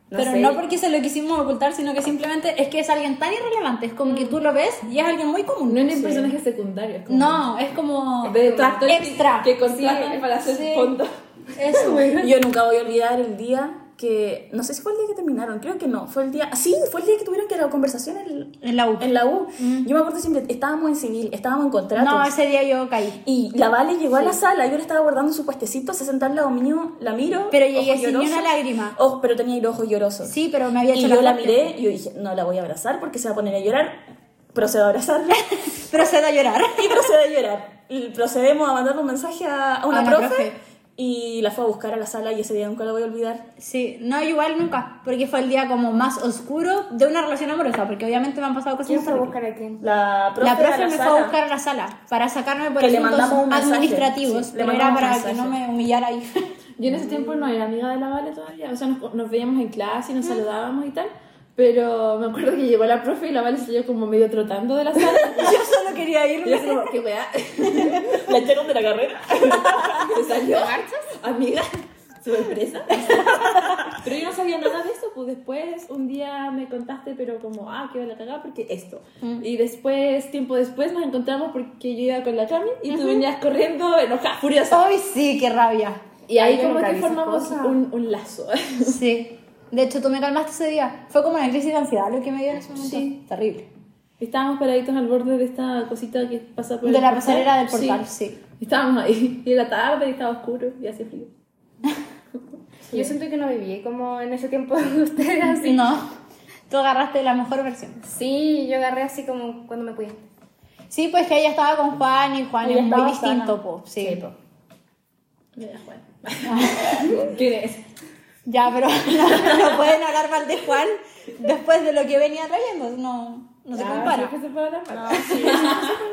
[SPEAKER 1] pero
[SPEAKER 4] sé.
[SPEAKER 1] no porque se lo quisimos ocultar, sino que simplemente es que es alguien tan irrelevante. Es como que tú lo ves y es alguien muy común.
[SPEAKER 3] No es ni
[SPEAKER 1] Sí.
[SPEAKER 3] un personaje secundario. es como-
[SPEAKER 1] No, es como.
[SPEAKER 3] De tractores
[SPEAKER 1] Extra.
[SPEAKER 3] Que, que contratan
[SPEAKER 1] Sí,
[SPEAKER 3] para hacer
[SPEAKER 1] sí.
[SPEAKER 3] fondo. *laughs*
[SPEAKER 1] Eso.
[SPEAKER 2] Yo nunca voy a olvidar el día que. No sé si fue el día que terminaron, creo que no. Fue el día. ah, Sí, fue el día que tuvieron que la conversación en,
[SPEAKER 1] En la U.
[SPEAKER 2] en la U. Yo me acuerdo siempre, estábamos en civil, estábamos en contratos.
[SPEAKER 1] Mm. No, ese día yo caí.
[SPEAKER 2] Y la Vale llegó a la sala, yo le estaba guardando su puestecito, se sentó al lado mío, la miro.
[SPEAKER 1] Pero llegué
[SPEAKER 2] ojos
[SPEAKER 1] sin ni una
[SPEAKER 2] llorosos.
[SPEAKER 1] lágrima.
[SPEAKER 2] Ojos, pero tenía los ojos llorosos.
[SPEAKER 1] Sí, pero me había hecho
[SPEAKER 2] y yo la
[SPEAKER 1] fuerte.
[SPEAKER 2] miré
[SPEAKER 1] *laughs*
[SPEAKER 2] y yo dije, no la voy a abrazar porque se va a poner a llorar. Procedo a abrazarla *laughs*
[SPEAKER 1] Procedo a llorar. *laughs*
[SPEAKER 2] y procedo a llorar. Y procedemos a mandarle un mensaje a, a una
[SPEAKER 1] A la
[SPEAKER 2] profe,
[SPEAKER 1] profe.
[SPEAKER 2] y la fue a buscar a la sala y ese día nunca la voy a olvidar.
[SPEAKER 1] Sí, no, igual nunca, porque fue el día como más oscuro de una relación amorosa, porque obviamente me han pasado cosas más
[SPEAKER 4] ¿Quién fue a
[SPEAKER 1] terribles.
[SPEAKER 4] buscar a quién?
[SPEAKER 2] La profe,
[SPEAKER 1] La
[SPEAKER 2] a
[SPEAKER 1] profe
[SPEAKER 2] la
[SPEAKER 1] me fue
[SPEAKER 2] sala.
[SPEAKER 1] a buscar a la sala para sacarme por
[SPEAKER 2] Que le
[SPEAKER 1] asuntos
[SPEAKER 2] mandamos un mensaje,
[SPEAKER 1] administrativos,
[SPEAKER 2] sí, le
[SPEAKER 1] pero era
[SPEAKER 2] mandamos un
[SPEAKER 1] para
[SPEAKER 2] mensaje.
[SPEAKER 1] que no me humillara
[SPEAKER 2] *laughs*
[SPEAKER 1] ahí. *laughs*
[SPEAKER 3] Yo en ese tiempo no era amiga de la Vale todavía, o sea, nos, nos veíamos en clase y
[SPEAKER 1] Mm.
[SPEAKER 3] nos saludábamos y tal, pero me acuerdo que llegó la profe y la Vale salió como medio trotando de la sala.
[SPEAKER 1] *laughs* Yo solo quería
[SPEAKER 3] y yo
[SPEAKER 1] irme.
[SPEAKER 3] así como,
[SPEAKER 1] *laughs*
[SPEAKER 3] qué weá, *laughs*
[SPEAKER 2] La echaron de la *laughs* carrera.
[SPEAKER 3] se salió, amiga, *laughs*
[SPEAKER 1] *laughs*
[SPEAKER 3] sorpresa. pero yo no sabía nada de eso, pues después un día me contaste, pero como, ah, qué va la cagada, porque esto.
[SPEAKER 1] Mm.
[SPEAKER 3] Y después, tiempo después, nos encontramos porque yo iba con la Cami y tú venías corriendo enojada, furiosa.
[SPEAKER 1] Hoy sí, qué rabia.
[SPEAKER 3] Y ahí
[SPEAKER 4] Ay, yo
[SPEAKER 3] como
[SPEAKER 4] nunca
[SPEAKER 3] que
[SPEAKER 4] vi esas
[SPEAKER 3] formamos
[SPEAKER 4] cosas.
[SPEAKER 3] un, un lazo. *laughs*
[SPEAKER 1] Sí. De hecho, tú me calmaste ese día. Fue como una crisis de ansiedad lo que me dio en ese momento.
[SPEAKER 3] Sí.
[SPEAKER 1] Terrible.
[SPEAKER 3] Estábamos paraditos al borde de esta cosita que pasa por
[SPEAKER 1] De
[SPEAKER 3] el
[SPEAKER 1] la
[SPEAKER 3] portal.
[SPEAKER 1] pasarela del portal, sí.
[SPEAKER 3] Estábamos ahí. Y era tarde y estaba oscuro y hacía frío.
[SPEAKER 4] Yo siento que no viví como en ese tiempo de ustedes así.
[SPEAKER 1] No, tú agarraste la mejor versión.
[SPEAKER 4] Sí, yo agarré así como cuando me pudiste.
[SPEAKER 1] Sí, pues que ella estaba con Juan y Juan
[SPEAKER 2] Ella
[SPEAKER 1] es muy
[SPEAKER 2] estaba
[SPEAKER 1] distinto,
[SPEAKER 2] sana.
[SPEAKER 1] po. Sí.
[SPEAKER 4] po.
[SPEAKER 3] Mira,
[SPEAKER 1] *laughs*
[SPEAKER 3] Juan. ¿Quién es?
[SPEAKER 1] Ya, pero *laughs* no, no pueden hablar mal de Juan después de lo que venía trayendo. No, no se
[SPEAKER 3] Ah,
[SPEAKER 1] compara.
[SPEAKER 3] sí, que se para la mano.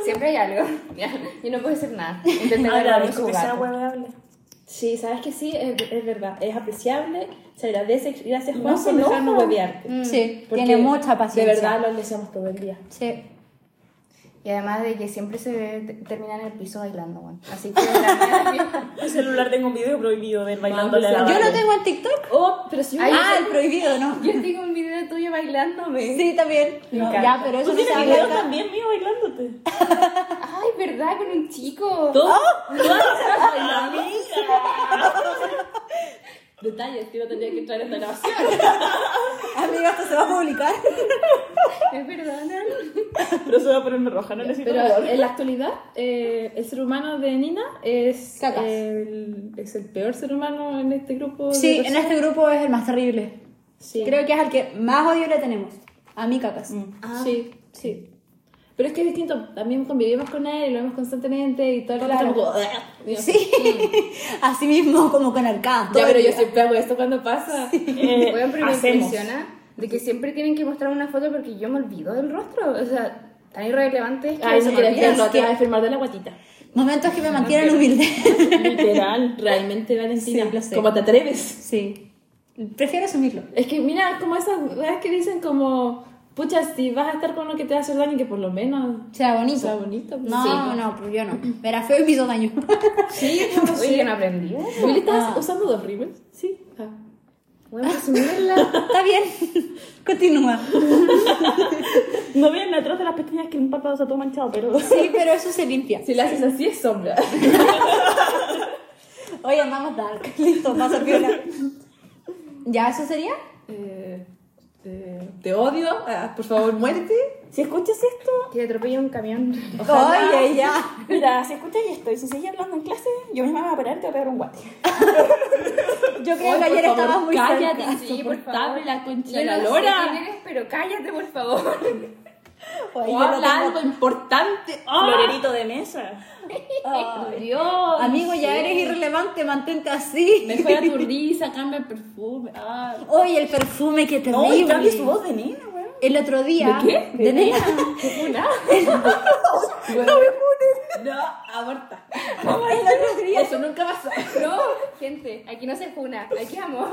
[SPEAKER 4] Siempre hay algo. *laughs* Ya, Yo no puedo decir nada.
[SPEAKER 2] Ah,
[SPEAKER 4] Intenté
[SPEAKER 1] Ah,
[SPEAKER 4] agarrar
[SPEAKER 2] Agradezco
[SPEAKER 4] su
[SPEAKER 2] que sea
[SPEAKER 4] gato.
[SPEAKER 2] hueveable.
[SPEAKER 3] Sí, sabes que sí, es, es verdad. Es apreciable. Se agradece. Gracias, Juan,
[SPEAKER 2] No se
[SPEAKER 3] por dejarnos
[SPEAKER 2] enoja.
[SPEAKER 3] huevearte.
[SPEAKER 1] Mm. Sí,
[SPEAKER 3] Porque
[SPEAKER 1] tiene mucha paciencia.
[SPEAKER 3] De verdad lo deseamos todo el día.
[SPEAKER 1] Sí.
[SPEAKER 4] Y además de que siempre se ve te- termina en el piso bailando, bueno. Así que la mía-
[SPEAKER 2] En mi celular tengo un video prohibido de él bailándole a la
[SPEAKER 1] Yo
[SPEAKER 2] Vale.
[SPEAKER 1] lo tengo en TikTok.
[SPEAKER 3] Oh, pero si yo...
[SPEAKER 4] Ay,
[SPEAKER 1] ah,
[SPEAKER 4] yo-
[SPEAKER 1] el prohibido, ¿no?
[SPEAKER 4] *laughs* yo tengo un video tuyo bailándome.
[SPEAKER 1] Sí, también. ya, pero eso
[SPEAKER 2] Tú
[SPEAKER 1] no se
[SPEAKER 2] tienes
[SPEAKER 1] habla
[SPEAKER 2] video
[SPEAKER 1] acá. *laughs*
[SPEAKER 2] también mío bailándote. *laughs*
[SPEAKER 4] Ay, verdad, con un chico.
[SPEAKER 3] ¿Tú?
[SPEAKER 1] Oh.
[SPEAKER 3] ¿Tú estás bailando? Detalles que no tendría que entrar en esta grabación.
[SPEAKER 1] Amiga, esto se va a publicar.
[SPEAKER 4] Es verdad,
[SPEAKER 2] Pero se va a ponerme roja, no necesito
[SPEAKER 3] Pero
[SPEAKER 2] color.
[SPEAKER 3] en la actualidad, eh, el ser humano de Nina es
[SPEAKER 1] Cacas.
[SPEAKER 3] el, es el peor ser humano en este grupo. de
[SPEAKER 1] Sí, en
[SPEAKER 3] personas.
[SPEAKER 1] este grupo es el más terrible.
[SPEAKER 3] Sí.
[SPEAKER 1] Creo que es al que más odio le tenemos. A mí, cacas.
[SPEAKER 3] sí, sí. Pero es que es distinto. También convivimos con él y lo vemos constantemente y todo el rato estamos como, "Ah, "Ugh". Digo,
[SPEAKER 1] Sí. *laughs* Así mismo, como con arcada.
[SPEAKER 3] Ya, pero yo siempre hago esto cuando pasa.
[SPEAKER 2] Eh,
[SPEAKER 4] Bueno, pero me
[SPEAKER 2] hacemos.
[SPEAKER 4] impresiona de que siempre tienen que mostrar una foto porque yo me olvido del rostro. O sea, tan irrelevante es que
[SPEAKER 1] *laughs*
[SPEAKER 3] Ay,
[SPEAKER 4] se
[SPEAKER 3] no
[SPEAKER 4] me
[SPEAKER 3] quieres
[SPEAKER 4] olvida.
[SPEAKER 3] verlo, te
[SPEAKER 1] que-
[SPEAKER 3] vas a enfermar de
[SPEAKER 1] *laughs*
[SPEAKER 3] la guatita.
[SPEAKER 1] Momentos que me mantienen *laughs* humilde.
[SPEAKER 3] Literal, realmente, Valentina.
[SPEAKER 1] Sí, lo sé.
[SPEAKER 3] ¿Cómo te atreves?
[SPEAKER 1] Sí. Prefiero asumirlo.
[SPEAKER 3] Es que mira, como esas weas que dicen como, pucha, si vas a estar con lo que te va a hacer daño, que por lo menos
[SPEAKER 1] Sea bonito.
[SPEAKER 3] sea bonito. pues.
[SPEAKER 1] No,
[SPEAKER 3] Sí.
[SPEAKER 1] no, pues yo no. Verá feo y me hizo daño. *laughs*
[SPEAKER 3] pues Sí, yo no
[SPEAKER 4] Oye,
[SPEAKER 3] sé.
[SPEAKER 4] que no aprendí. ¿eh?
[SPEAKER 3] Willy, ¿estás
[SPEAKER 1] Ah.
[SPEAKER 3] usando dos rímel? Sí. Ah.
[SPEAKER 4] Voy a presumirla.
[SPEAKER 1] Está bien. *laughs* Continúa.
[SPEAKER 2] No vean atrás de las pestañas que un papá usa todo manchado, pero.
[SPEAKER 1] Sí, pero eso se limpia.
[SPEAKER 3] *laughs* Si la haces así es sombra.
[SPEAKER 1] Hoy *laughs* andamos dark. Listo, pasa piola. ¿Ya eso sería?
[SPEAKER 3] Eh, este, te odio, ah, por favor muérete.
[SPEAKER 2] Si escuchas esto,
[SPEAKER 4] Que atropella un camión.
[SPEAKER 2] Ojalá.
[SPEAKER 1] Oye, ya.
[SPEAKER 2] mira, si escuchas esto y si sigues hablando en clase, yo misma me voy a parar y te voy a pegar un guate.
[SPEAKER 1] Yo creo que ayer estabas muy
[SPEAKER 3] cállate,
[SPEAKER 1] cerca.
[SPEAKER 3] insoportable la concha
[SPEAKER 4] Yo
[SPEAKER 3] de *laughs* la
[SPEAKER 4] no sé
[SPEAKER 3] lora.
[SPEAKER 4] quién eres, pero cállate, por favor. *laughs*
[SPEAKER 1] Oye,
[SPEAKER 3] O
[SPEAKER 1] yo lo
[SPEAKER 3] habla
[SPEAKER 1] tengo-
[SPEAKER 3] algo importante.
[SPEAKER 2] Florerito de mesa.
[SPEAKER 3] Ay, Dios.
[SPEAKER 1] Amigo, ya
[SPEAKER 3] sí.
[SPEAKER 1] eres irrelevante, mantente así.
[SPEAKER 3] Mejora tu risa, cambia el perfume. Ay.
[SPEAKER 1] Oye, el perfume que te
[SPEAKER 2] No, y cambia su voz de nena, weón.
[SPEAKER 1] El otro día.
[SPEAKER 3] ¿De qué?
[SPEAKER 1] De nena.
[SPEAKER 3] No, aborta.
[SPEAKER 1] El
[SPEAKER 3] Eso nunca pasa.
[SPEAKER 4] No, gente, aquí no se funa, aquí *laughs* amor.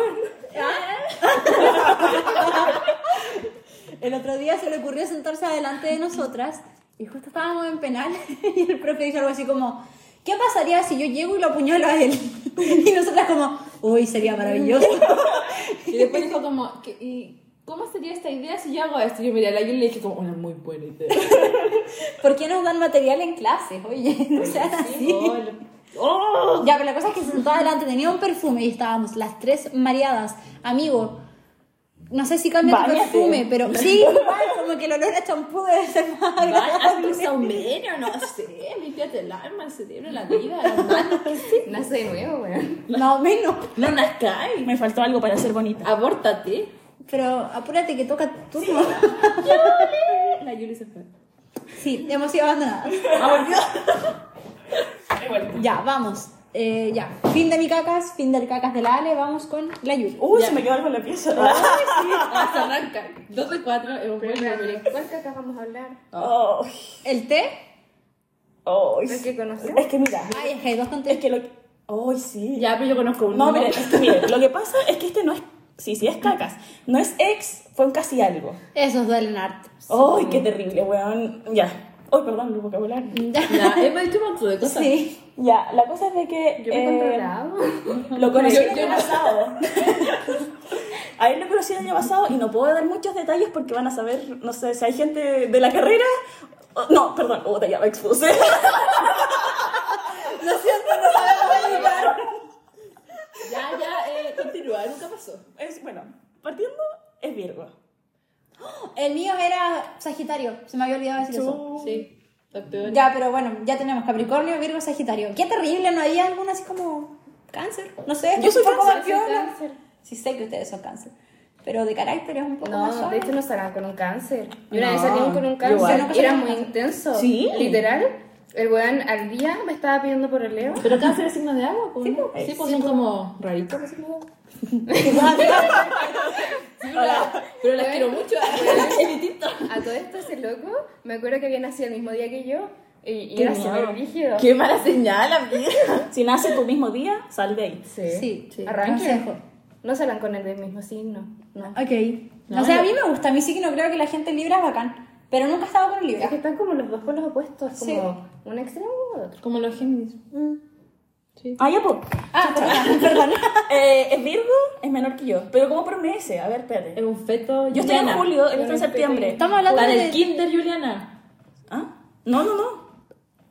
[SPEAKER 1] El otro día se le ocurrió sentarse adelante de nosotras y justo estábamos en penal *laughs* y el profe dijo algo así como, ¿qué pasaría si yo llego y lo apuñalo a él? *laughs* Y nosotras como, uy, sería maravilloso. *laughs*
[SPEAKER 3] Y después dijo como, que- y, ¿cómo sería esta idea si yo hago esto? Y yo miré a la y le dije como, una muy buena idea.
[SPEAKER 1] ¿Por qué nos dan material en clases? Oye, *laughs* no sean así.
[SPEAKER 3] Hola.
[SPEAKER 1] Ya, pero la cosa es que se sentó adelante, tenía un perfume y estábamos las tres mareadas. Amigo, no sé si cambia tu
[SPEAKER 2] Báñate.
[SPEAKER 1] perfume, pero sí, igual, como que el olor a champú debe ser más
[SPEAKER 3] Hazme un
[SPEAKER 1] agradable.
[SPEAKER 3] saumerio, no sé. Límpiate el alma, el cerebro, la vida, las manos. ¿qué sé?
[SPEAKER 4] Nace de nuevo, weón.
[SPEAKER 1] Más o menos.
[SPEAKER 3] No nascai.
[SPEAKER 2] Me faltó algo para ser bonita.
[SPEAKER 3] Abórtate.
[SPEAKER 1] Pero apúrate que toca tu turno.
[SPEAKER 3] La Yuli se fue.
[SPEAKER 1] Sí, hemos sido abandonadas. Ya, vamos. Eh, ya, fin de mi cacas, fin del cacas de la Ale, vamos con la Yuri.
[SPEAKER 2] Uy, se me quedó algo en la pieza.
[SPEAKER 3] Ah, se arranca. Dos de cuatro es un buen número.
[SPEAKER 4] ¿Cuál caca vamos a hablar?
[SPEAKER 2] Oh,
[SPEAKER 1] El té,
[SPEAKER 2] oh,
[SPEAKER 4] Lo que conocemos.
[SPEAKER 2] Es que mira,
[SPEAKER 1] ay, es que hay dos con té.
[SPEAKER 2] es que lo que... Oh, sí.
[SPEAKER 3] Ya, pero yo conozco uno.
[SPEAKER 2] No, mira, es que mire, lo que pasa es que este no es... Sí, sí es cacas. No es ex, fue un casi algo.
[SPEAKER 1] Esos duelen harto.
[SPEAKER 2] ¡Ay, qué terrible, weón! Ya. ¡Ay, perdón, el vocabulario!
[SPEAKER 3] Ya, hemos dicho un montón de cosas.
[SPEAKER 1] Sí.
[SPEAKER 2] Ya, la cosa es de que...
[SPEAKER 4] Yo me he
[SPEAKER 2] eh,
[SPEAKER 4] controlado.
[SPEAKER 2] Lo conocí el
[SPEAKER 3] Yo- yo
[SPEAKER 2] año
[SPEAKER 3] no.
[SPEAKER 2] pasado. A él lo conocí el año pasado y no puedo dar muchos detalles porque van a saber, no sé, si hay gente de la carrera... o- no, perdón, oh, ya me expuse.
[SPEAKER 3] Ya, ya, eh, continúa, nunca pasó.
[SPEAKER 2] Es, bueno, partiendo, es Virgo.
[SPEAKER 1] El mío era Sagitario, se me había olvidado decir eso.
[SPEAKER 3] Sí, la peor.
[SPEAKER 1] Ya, pero bueno, ya tenemos Capricornio, Virgo, Sagitario. Qué terrible, ¿no había alguna así como cáncer? No sé,
[SPEAKER 2] Yo soy
[SPEAKER 1] un poco
[SPEAKER 2] cáncer,
[SPEAKER 1] más
[SPEAKER 4] soy
[SPEAKER 1] piola.
[SPEAKER 4] cáncer.
[SPEAKER 1] Sí sé que ustedes son cáncer, pero de carácter es un poco más
[SPEAKER 4] No,
[SPEAKER 1] suave.
[SPEAKER 4] de hecho nos sacaban con un cáncer. Y una
[SPEAKER 2] No,
[SPEAKER 4] vez salimos con un
[SPEAKER 2] yo igual.
[SPEAKER 4] cáncer.
[SPEAKER 1] Yo nunca
[SPEAKER 4] y Era
[SPEAKER 1] salí con
[SPEAKER 4] muy
[SPEAKER 1] cáncer.
[SPEAKER 4] intenso.
[SPEAKER 2] Sí.
[SPEAKER 4] Literal, el weón al día me estaba pidiendo por el Leo.
[SPEAKER 3] Pero cáncer es signo de agua, pues. Sí, pues, sí, pues son como raritos los
[SPEAKER 2] *laughs*
[SPEAKER 3] signos de agua. Sí, pero, la- pero las quiero
[SPEAKER 4] *laughs*
[SPEAKER 3] mucho. Es distinto.
[SPEAKER 4] A todo esto ese loco, me acuerdo que había nacido el mismo día que yo. Y, y
[SPEAKER 2] Qué
[SPEAKER 4] era
[SPEAKER 2] miedo.
[SPEAKER 4] súper rígido.
[SPEAKER 3] Qué mala señal, amiga.
[SPEAKER 2] Si nace tu mismo día, sal de ahí.
[SPEAKER 4] Sí.
[SPEAKER 1] Sí, sí.
[SPEAKER 4] Arranque.
[SPEAKER 1] Consejo.
[SPEAKER 4] No salen con el del mismo signo. No.
[SPEAKER 1] Ok.
[SPEAKER 3] No,
[SPEAKER 1] o sea,
[SPEAKER 3] yo-
[SPEAKER 1] a mí me gusta, a mí sí que no creo que la gente Libra es bacán, pero nunca he estado con un
[SPEAKER 4] Es *laughs*
[SPEAKER 1] Libra.
[SPEAKER 4] que están como los dos polos opuestos,
[SPEAKER 1] Sí.
[SPEAKER 4] como un extremo u otro.
[SPEAKER 3] Como los Géminis.
[SPEAKER 2] Ah, ya, pues.
[SPEAKER 1] Ah, perdón, perdón.
[SPEAKER 2] Eh, es Virgo, es menor que yo. Pero ¿cómo por meses? A ver, espérate.
[SPEAKER 3] Es un feto.
[SPEAKER 2] Yo estoy en
[SPEAKER 3] Juliana.
[SPEAKER 2] julio, él está en septiembre.
[SPEAKER 1] Estamos hablando
[SPEAKER 3] La
[SPEAKER 1] de...
[SPEAKER 3] del kinder, Juliana.
[SPEAKER 2] ¿Ah? No, no, no.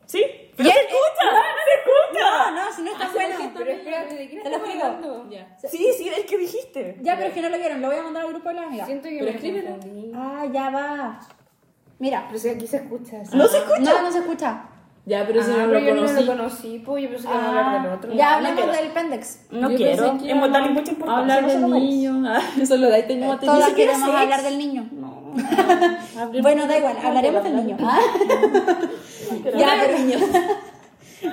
[SPEAKER 2] ¿Sí?
[SPEAKER 1] ¿Y
[SPEAKER 2] ¡Pero
[SPEAKER 1] él-
[SPEAKER 2] se escucha! ¡No se
[SPEAKER 1] No,
[SPEAKER 2] escucha!
[SPEAKER 1] no, si no está bueno.
[SPEAKER 4] Pero espérate, ¿de quién
[SPEAKER 1] Te lo
[SPEAKER 4] estamos
[SPEAKER 1] explico.
[SPEAKER 4] hablando?
[SPEAKER 3] Ya.
[SPEAKER 2] Sí, sí, el que dijiste.
[SPEAKER 1] Ya, pero es que no lo vieron, lo voy a mandar al grupo de las amigas.
[SPEAKER 4] Siento que
[SPEAKER 3] Pero
[SPEAKER 4] me
[SPEAKER 3] escríbelo.
[SPEAKER 4] confundí.
[SPEAKER 1] Ah, ya va. Mira.
[SPEAKER 4] Pero si aquí se escucha. así.
[SPEAKER 2] No se escucha.
[SPEAKER 1] No, no se escucha.
[SPEAKER 3] Ya, pero eso
[SPEAKER 4] Ah,
[SPEAKER 3] no
[SPEAKER 4] pero
[SPEAKER 3] lo
[SPEAKER 4] yo
[SPEAKER 3] conocí.
[SPEAKER 4] no lo conocí, pues yo pensé que iba a hablar del
[SPEAKER 1] Ah, *laughs*
[SPEAKER 4] otro.
[SPEAKER 1] ya
[SPEAKER 2] No, no
[SPEAKER 1] hablamos
[SPEAKER 2] quiero.
[SPEAKER 1] del pendex.
[SPEAKER 2] No
[SPEAKER 3] Yo
[SPEAKER 2] quiero.
[SPEAKER 3] pensé que
[SPEAKER 2] Es montarle
[SPEAKER 3] íbamos
[SPEAKER 2] mucha importancia.
[SPEAKER 3] Hablar
[SPEAKER 2] no se
[SPEAKER 3] del
[SPEAKER 2] lo merece.
[SPEAKER 3] niño. *laughs* Ah, Eso lo da y tenemos atención.
[SPEAKER 1] Todas
[SPEAKER 2] siquiera
[SPEAKER 1] queremos
[SPEAKER 2] sé
[SPEAKER 1] hablar
[SPEAKER 2] ex.
[SPEAKER 1] del niño.
[SPEAKER 2] No.
[SPEAKER 1] Bueno, da igual, hablaremos del niño. Ah, *laughs* ya, pero niño.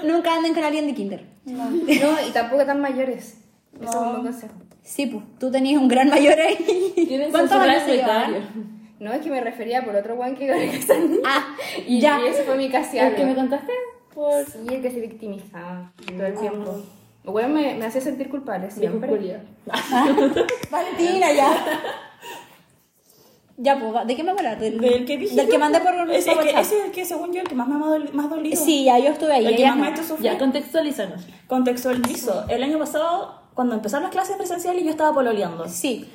[SPEAKER 1] Nunca anden con alguien de kinder.
[SPEAKER 4] No, y tampoco tan mayores. Eso es un buen consejo.
[SPEAKER 1] Sí, pues, tú tenías un gran mayor ahí.
[SPEAKER 3] Quieren
[SPEAKER 1] ¿Cuántos
[SPEAKER 3] censurar
[SPEAKER 1] años
[SPEAKER 3] el
[SPEAKER 1] se llevan?
[SPEAKER 3] comentario.
[SPEAKER 4] No, es que me refería por otro guan que con
[SPEAKER 1] Ah,
[SPEAKER 4] Y
[SPEAKER 1] ya.
[SPEAKER 4] y ese fue mi casi
[SPEAKER 3] ¿El que me
[SPEAKER 4] algo.
[SPEAKER 3] contaste? Por...
[SPEAKER 4] Sí, el que se victimizaba todo el tiempo. Bueno, me, me hacía sentir culpable siempre.
[SPEAKER 3] Julia.
[SPEAKER 1] *laughs* Valentina, ya. Ya, pues, va- ¿de qué me voy a hablar? Del,
[SPEAKER 2] Del que dije.
[SPEAKER 1] del que
[SPEAKER 2] yo,
[SPEAKER 1] mandé por
[SPEAKER 2] es, es
[SPEAKER 1] por
[SPEAKER 2] que
[SPEAKER 1] WhatsApp.
[SPEAKER 2] Ese es el que, según yo, el que más me ha doli- más dolido.
[SPEAKER 1] Sí, ya, yo estuve ahí.
[SPEAKER 2] El que
[SPEAKER 1] ellas
[SPEAKER 2] más me
[SPEAKER 1] no.
[SPEAKER 2] ha hecho
[SPEAKER 3] Ya,
[SPEAKER 2] sufrir.
[SPEAKER 3] contextualízanos.
[SPEAKER 2] Contextualizo. El año pasado, cuando empezaron las clases presenciales, yo estaba pololeando.
[SPEAKER 1] Sí,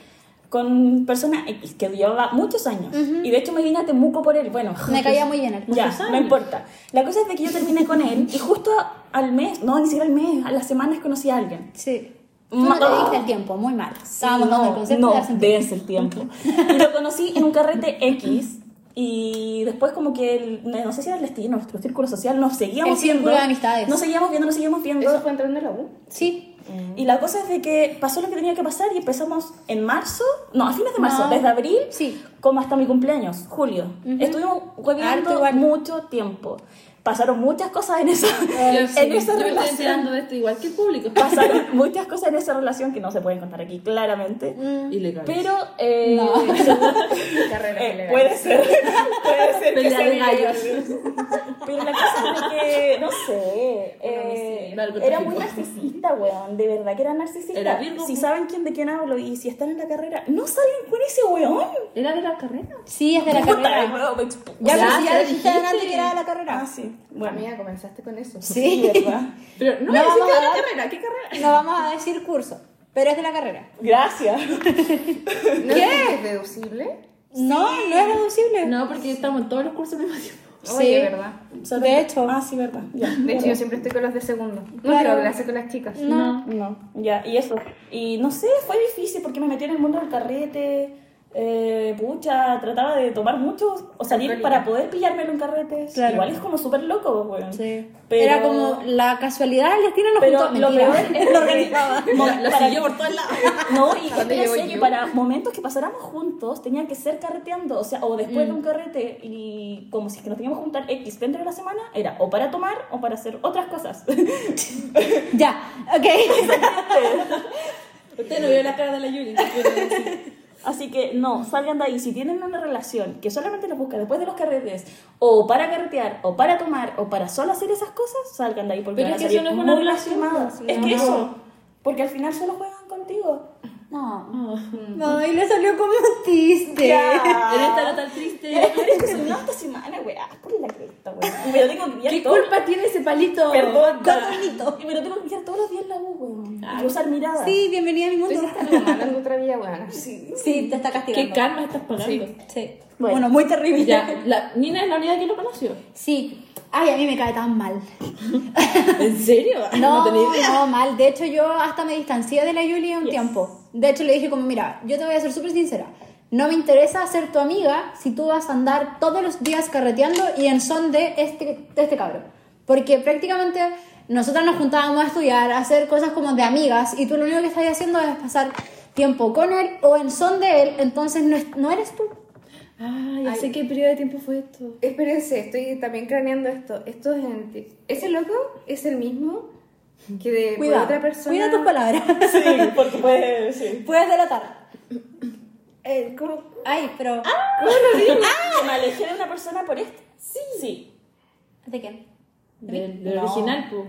[SPEAKER 2] Con persona X, que llevaba muchos años. Y de hecho me vine a Temuco por él. Bueno,
[SPEAKER 1] me caía muy bien él.
[SPEAKER 2] Ya,
[SPEAKER 3] Muchos
[SPEAKER 2] no
[SPEAKER 3] años.
[SPEAKER 2] importa. La cosa es de que yo terminé con él y justo al mes, no, ni siquiera al mes, a las semanas conocí a alguien.
[SPEAKER 1] Sí. Tú no te diste el tiempo, muy mal. Estábamos dando el concepto de
[SPEAKER 2] no,
[SPEAKER 1] darse el tiempo.
[SPEAKER 2] dense el
[SPEAKER 1] *laughs*
[SPEAKER 2] tiempo. Y lo conocí en un carrete X. Y después como que, el- no sé si era el destino, nuestro círculo social, nos seguíamos
[SPEAKER 1] El círculo
[SPEAKER 2] viendo.
[SPEAKER 1] de amistades.
[SPEAKER 2] Nos seguíamos viendo, nos seguíamos viendo.
[SPEAKER 4] Eso fue entrando en la U.
[SPEAKER 1] Sí,
[SPEAKER 2] Y la cosa es de que pasó lo que tenía que pasar y empezamos en marzo, no, a fines de marzo,
[SPEAKER 1] No.
[SPEAKER 2] desde abril,
[SPEAKER 1] Sí.
[SPEAKER 2] como hasta mi cumpleaños, julio. Estuvimos
[SPEAKER 1] Harto
[SPEAKER 2] hueveando
[SPEAKER 1] igual.
[SPEAKER 2] mucho tiempo. Pasaron muchas cosas en
[SPEAKER 3] *laughs*
[SPEAKER 2] esa,
[SPEAKER 3] Yo Eh, sí,
[SPEAKER 2] en esa
[SPEAKER 3] yo me estoy
[SPEAKER 2] relación.
[SPEAKER 3] enterando de esto igual que el público. *laughs*
[SPEAKER 2] Pasaron muchas cosas en esa relación que no se pueden contar aquí, claramente.
[SPEAKER 3] Mm. Ilegal.
[SPEAKER 2] *laughs* Pero eh, *laughs*
[SPEAKER 1] No.
[SPEAKER 4] Carreras
[SPEAKER 2] eh,
[SPEAKER 4] ilegales.
[SPEAKER 2] puede ser, puede ser que
[SPEAKER 3] Pelea
[SPEAKER 2] sea
[SPEAKER 3] de
[SPEAKER 2] ilegal.
[SPEAKER 3] gallos.
[SPEAKER 2] Pero la cosa es de que, no sé, eh,
[SPEAKER 3] homicidio, algo
[SPEAKER 2] era muy
[SPEAKER 3] trágico.
[SPEAKER 2] narcisista, weón, de verdad que era narcisista.
[SPEAKER 3] Era Virgo,
[SPEAKER 2] si
[SPEAKER 3] pues.
[SPEAKER 2] saben quién de quién hablo y si están en la carrera, no salen con ese weón.
[SPEAKER 3] ¿Era de la carrera?
[SPEAKER 1] sí, es de la carrera. Ya,
[SPEAKER 3] Ya,
[SPEAKER 1] pero si
[SPEAKER 3] ya
[SPEAKER 1] ya dijiste
[SPEAKER 3] dijiste.
[SPEAKER 1] adelante que era de la carrera.
[SPEAKER 2] Ah, sí. Bueno,
[SPEAKER 4] Amiga, comenzaste con eso.
[SPEAKER 1] Sí.
[SPEAKER 3] Pero no,
[SPEAKER 1] No,
[SPEAKER 3] era
[SPEAKER 1] vamos
[SPEAKER 3] de
[SPEAKER 1] a
[SPEAKER 3] la
[SPEAKER 1] dar-
[SPEAKER 3] carrera. ¿Qué carrera?
[SPEAKER 1] No vamos a decir curso, pero es de la carrera.
[SPEAKER 2] *laughs* gracias.
[SPEAKER 4] ¿No ¿Qué? es deducible?
[SPEAKER 1] No, no es reducible.
[SPEAKER 3] No, porque estamos en todos los cursos al mismo tiempo.
[SPEAKER 1] Sí.
[SPEAKER 4] Oye, ¿verdad?
[SPEAKER 1] De hecho.
[SPEAKER 2] Ah, sí, verdad. Ya.
[SPEAKER 4] De hecho, yo siempre estoy con los de segundo. No
[SPEAKER 1] Claro.
[SPEAKER 4] quiero hablarse con las chicas.
[SPEAKER 1] No. No.
[SPEAKER 2] Ya, y eso. Y no sé, fue difícil porque me metí en el mundo del carrete. Eh, pucha, trataba de tomar mucho o salir
[SPEAKER 4] Alcohólica.
[SPEAKER 2] para poder pillármelo en carretes.
[SPEAKER 1] Claro.
[SPEAKER 2] Igual es como súper loco, weón.
[SPEAKER 1] Sí.
[SPEAKER 2] Pero-
[SPEAKER 1] Era como la casualidad, el destino nos
[SPEAKER 2] Pero
[SPEAKER 1] juntó.
[SPEAKER 2] lo
[SPEAKER 1] Mentira.
[SPEAKER 2] peor
[SPEAKER 1] *laughs*
[SPEAKER 2] es
[SPEAKER 1] lo
[SPEAKER 2] que-
[SPEAKER 1] organizaba.
[SPEAKER 2] No,
[SPEAKER 3] La- la
[SPEAKER 2] para-
[SPEAKER 3] siguió por todos lados.
[SPEAKER 2] No,
[SPEAKER 3] *laughs*
[SPEAKER 2] y
[SPEAKER 4] ¿Dónde
[SPEAKER 2] yo
[SPEAKER 4] llevo
[SPEAKER 2] pensé que
[SPEAKER 4] yo?
[SPEAKER 2] para momentos que pasáramos juntos tenía que ser carreteando, o sea, o después de
[SPEAKER 3] Mm.
[SPEAKER 2] un carrete, y como si es que nos teníamos que juntar X dentro de la semana, era o para tomar o para hacer otras cosas.
[SPEAKER 1] *laughs*
[SPEAKER 2] *laughs*
[SPEAKER 1] Ya, ok.
[SPEAKER 3] Usted no vio la cara de la Yuri.
[SPEAKER 2] Así que no, salgan de ahí. Si tienen una relación que solamente los busca después de los carretes, o para carretear, o para tomar, o para solo hacer esas cosas, salgan de ahí porque
[SPEAKER 3] Pero
[SPEAKER 2] van
[SPEAKER 3] es
[SPEAKER 2] a
[SPEAKER 3] que eso
[SPEAKER 2] salir
[SPEAKER 3] no es una
[SPEAKER 2] muy
[SPEAKER 3] relación,
[SPEAKER 2] lastimados.
[SPEAKER 3] pues,
[SPEAKER 2] Es
[SPEAKER 3] no.
[SPEAKER 2] que eso, porque al final solo juegan contigo.
[SPEAKER 1] No.
[SPEAKER 3] En
[SPEAKER 1] No, y le salió como un tiste. *laughs*
[SPEAKER 3] esta nota tan triste.
[SPEAKER 2] *laughs* Es que son una semana, weá, por la cresta, weá. Y me lo tengo que enviar
[SPEAKER 3] ¿Qué
[SPEAKER 2] todo-
[SPEAKER 3] culpa tiene ese
[SPEAKER 2] *laughs*
[SPEAKER 3] palito?
[SPEAKER 2] Perdón,
[SPEAKER 1] Cotonito.
[SPEAKER 2] Y me lo tengo que enviar todos los días en la U, weón. Y usar miradas.
[SPEAKER 1] Sí, bienvenida a mi
[SPEAKER 4] Tú
[SPEAKER 1] mundo.
[SPEAKER 4] hiciste algo malo en tu otra vida, buena.
[SPEAKER 1] Sí, te está
[SPEAKER 3] ¿Qué
[SPEAKER 1] castigando.
[SPEAKER 3] karma estás pagando?
[SPEAKER 1] Sí.
[SPEAKER 2] Bueno.
[SPEAKER 1] Bueno, muy terrible.
[SPEAKER 3] Ya, la, Nina es la única que
[SPEAKER 2] *laughs*
[SPEAKER 3] lo conoció.
[SPEAKER 1] Sí. Ay, a mí me cae tan mal.
[SPEAKER 3] ¿En serio?
[SPEAKER 2] *laughs*
[SPEAKER 1] No,
[SPEAKER 3] tenía idea.
[SPEAKER 1] no, mal. De hecho, yo hasta me distancié de la Julia un tiempo. De hecho, le dije como, mira, yo te voy a ser súper sincera. No me interesa ser tu amiga si tú vas a andar todos los días carreteando y en son de este, de este cabrón. Porque prácticamente nosotras nos juntábamos a estudiar, a hacer cosas como de amigas y tú lo único que estás haciendo es pasar tiempo con él o en son de él, entonces no, es- no eres tú.
[SPEAKER 3] Ah, ya sé qué periodo de tiempo fue esto.
[SPEAKER 4] Espérense, estoy también craneando esto. Esto es en ti- Ese loco es el mismo que de por
[SPEAKER 1] Cuida,
[SPEAKER 4] otra persona.
[SPEAKER 1] cuida tus palabras.
[SPEAKER 2] Sí, porque puede, sí. *laughs*
[SPEAKER 1] Puedes delatar.
[SPEAKER 4] Eh, ¿cómo?
[SPEAKER 1] Ay, pero...
[SPEAKER 2] Me alejé de una persona por
[SPEAKER 3] este.
[SPEAKER 2] esto. Ah. Sí. Sí.
[SPEAKER 1] ¿De quién?
[SPEAKER 3] Del, del original, po.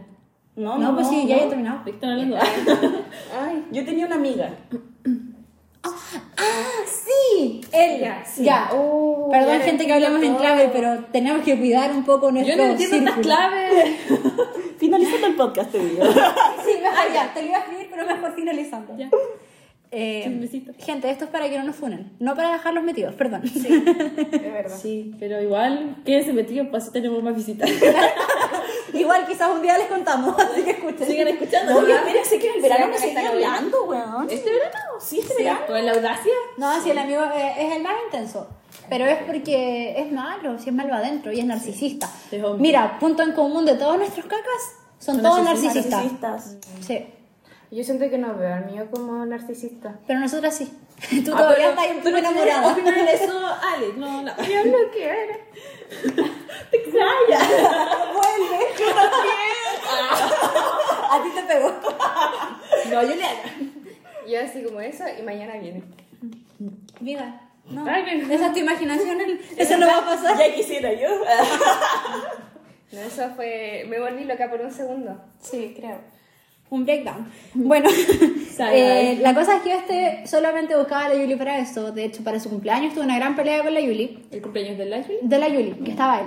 [SPEAKER 2] No,
[SPEAKER 1] No,
[SPEAKER 2] no,
[SPEAKER 1] pues sí, ya he
[SPEAKER 2] no.
[SPEAKER 1] terminado.
[SPEAKER 3] ¿De qué están
[SPEAKER 2] *laughs*
[SPEAKER 3] hablando? *laughs*
[SPEAKER 4] Ay,
[SPEAKER 2] Yo tenía una amiga.
[SPEAKER 1] Ah, Sí, él. Ya.
[SPEAKER 4] Ya, sí.
[SPEAKER 1] Uh, Perdón,
[SPEAKER 4] ya
[SPEAKER 1] gente, que
[SPEAKER 4] entiendo
[SPEAKER 1] hablamos en
[SPEAKER 4] todo.
[SPEAKER 1] clave, pero tenemos que cuidar un poco nuestro
[SPEAKER 3] Yo no entiendo estas
[SPEAKER 1] círculo.
[SPEAKER 3] claves.
[SPEAKER 2] Finalizando el podcast, te *laughs* digo.
[SPEAKER 1] *laughs* Sí, mejor Ah, ya, te lo iba a escribir, pero mejor finalizando.
[SPEAKER 3] Ya.
[SPEAKER 1] Eh,
[SPEAKER 3] Sí, un besito.
[SPEAKER 1] gente, esto es para que no nos funen, no para dejarlos metidos, perdón.
[SPEAKER 4] de verdad.
[SPEAKER 3] Sí, pero igual, quédense metidos para así tenemos más
[SPEAKER 1] *laughs*
[SPEAKER 3] visitas. *laughs*
[SPEAKER 1] Igual quizás un día les contamos, *laughs* así que escuchen.
[SPEAKER 3] Sigan escuchando.
[SPEAKER 2] Oye,
[SPEAKER 3] ¿verdad?
[SPEAKER 2] espérense que en el verano me
[SPEAKER 4] Sí,
[SPEAKER 2] seguía
[SPEAKER 4] está bien.
[SPEAKER 2] hablando, weón.
[SPEAKER 3] ¿Este verano?
[SPEAKER 2] Sí, este
[SPEAKER 3] Sí, pues,
[SPEAKER 2] verano.
[SPEAKER 3] ¿Con la audacia?
[SPEAKER 1] No, si el amigo eh, es el más intenso. Pero es porque es malo, si es malo adentro y es narcisista.
[SPEAKER 3] Sí, es obvio.
[SPEAKER 1] Mira, punto en común de todos nuestros cacas, son, todos narcisistas.
[SPEAKER 2] Narcisistas.
[SPEAKER 1] Sí,
[SPEAKER 4] Yo siento que no veo al mío como narcisista.
[SPEAKER 1] pero nosotras sí. *laughs* Tú
[SPEAKER 3] Ah,
[SPEAKER 1] todavía
[SPEAKER 3] pero-
[SPEAKER 1] estás un poco
[SPEAKER 3] pero tiene
[SPEAKER 1] enamorada.
[SPEAKER 3] que opinar de eso, Ale.
[SPEAKER 2] *laughs*
[SPEAKER 3] No, no.
[SPEAKER 4] Yo lo que era.
[SPEAKER 1] Vuelve, yo también. *laughs* A ti te pegó.
[SPEAKER 3] No, yo le
[SPEAKER 4] Yo así como eso y mañana viene.
[SPEAKER 1] Mira, no.
[SPEAKER 4] Ay, me-
[SPEAKER 1] Esa es tu imaginación, el- eso no va a pasar.
[SPEAKER 2] Ya quisiera yo.
[SPEAKER 4] No, eso fue. Me volví loca por un segundo.
[SPEAKER 1] Sí, creo. Un breakdown. Bueno, *laughs*
[SPEAKER 3] Sabe.
[SPEAKER 1] eh, la cosa es que este solamente buscaba a la Yuli para eso. De hecho, para su cumpleaños tuvo una gran pelea con la Yuli.
[SPEAKER 3] El cumpleaños de Lashley.
[SPEAKER 1] de la Yuli, que estaba él.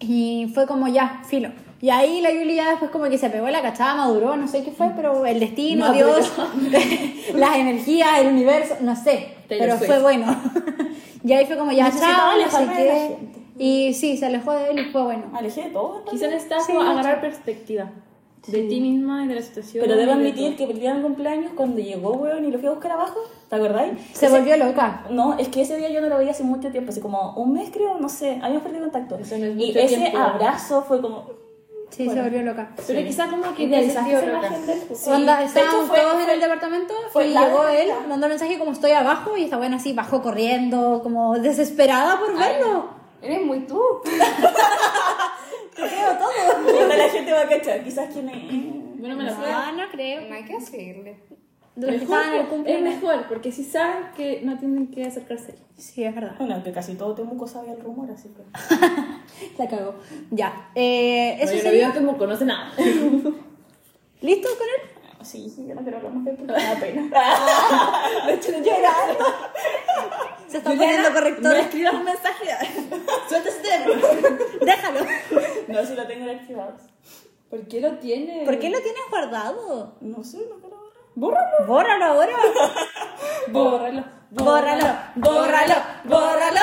[SPEAKER 1] Y fue como ya, filo. Y ahí la Yuli ya después como que se pegó la cachada, maduró, no sé qué fue, pero el destino,
[SPEAKER 3] Maduró.
[SPEAKER 1] Dios, *laughs* las energías, el universo, no sé. pero
[SPEAKER 3] Taylor
[SPEAKER 1] fue
[SPEAKER 3] Swift.
[SPEAKER 1] bueno. *laughs* y ahí fue como ya,
[SPEAKER 2] Necesitaba
[SPEAKER 1] chao, no sé
[SPEAKER 2] alejarme de la
[SPEAKER 1] qué.
[SPEAKER 2] gente.
[SPEAKER 1] Y sí, se alejó de él y fue bueno.
[SPEAKER 2] Me alejé de todo. entonces.
[SPEAKER 3] Quizás necesitas
[SPEAKER 1] Sí,
[SPEAKER 3] como
[SPEAKER 1] mucho.
[SPEAKER 3] agarrar perspectiva. de ti misma y de la situación.
[SPEAKER 2] Pero debo
[SPEAKER 3] y de
[SPEAKER 2] admitir que el día de mi cumpleaños, cuando llegó, weón, y lo fui a buscar abajo, ¿te acordáis?
[SPEAKER 1] Se
[SPEAKER 2] Ese-
[SPEAKER 1] volvió loca.
[SPEAKER 2] No, es que ese día yo no lo veía hace mucho tiempo, así como un mes creo, no sé, habíamos perdido contacto.
[SPEAKER 3] Eso no es
[SPEAKER 2] y
[SPEAKER 3] mucho
[SPEAKER 2] ese
[SPEAKER 3] tiempo.
[SPEAKER 2] abrazo fue como...
[SPEAKER 1] Sí, se volvió loca.
[SPEAKER 3] todo. Pero quizá como que
[SPEAKER 4] Y del
[SPEAKER 3] pensaste
[SPEAKER 4] tío
[SPEAKER 3] en la
[SPEAKER 4] Roca.
[SPEAKER 3] gente. pues.
[SPEAKER 1] Onda,
[SPEAKER 2] de hecho,
[SPEAKER 1] estábamos
[SPEAKER 2] fue-
[SPEAKER 1] todos en
[SPEAKER 2] fue-
[SPEAKER 1] el departamento
[SPEAKER 2] fue
[SPEAKER 1] y
[SPEAKER 2] la
[SPEAKER 1] llegó él,
[SPEAKER 2] respuesta.
[SPEAKER 1] mandó un mensaje como estoy abajo y esta buena así bajó corriendo, como desesperada por verlo.
[SPEAKER 4] Eres muy tú.
[SPEAKER 2] Te creo *laughs* todo. Ahora la gente va a cachar, quizás quién es...
[SPEAKER 3] Bueno, me lo
[SPEAKER 1] No, no creo.
[SPEAKER 4] No hay que hacerle.
[SPEAKER 1] Los que
[SPEAKER 3] Mejor,
[SPEAKER 1] estaban en el cumple.
[SPEAKER 3] es mejor, porque si saben que no tienen que acercarse a ella.
[SPEAKER 1] Sí, es verdad.
[SPEAKER 2] *laughs* Bueno, que casi todo Temuco sabía el rumor, así que...
[SPEAKER 1] *laughs* La cagó. Ya. Eh,
[SPEAKER 3] Oye,
[SPEAKER 1] eso
[SPEAKER 3] no
[SPEAKER 1] sería.
[SPEAKER 3] digan como conoce nada.
[SPEAKER 1] ¿Listo con él?
[SPEAKER 2] Sí, sí, yo no quiero hablar más de él porque me da pena. *laughs*
[SPEAKER 1] Llorando. Se está poniendo corrector.
[SPEAKER 2] me escribas un mensaje.
[SPEAKER 1] Suelta ese teléfono. *laughs* Déjalo.
[SPEAKER 2] No, si lo tengo en archivados.
[SPEAKER 3] ¿Por qué lo tiene?
[SPEAKER 1] ¿Por qué lo tienes guardado?
[SPEAKER 2] No sé, no quiero hablar.
[SPEAKER 3] Bórralo.
[SPEAKER 1] Bórralo ahora.
[SPEAKER 3] Bórralo.
[SPEAKER 1] Bórralo, bórralo, bórralo.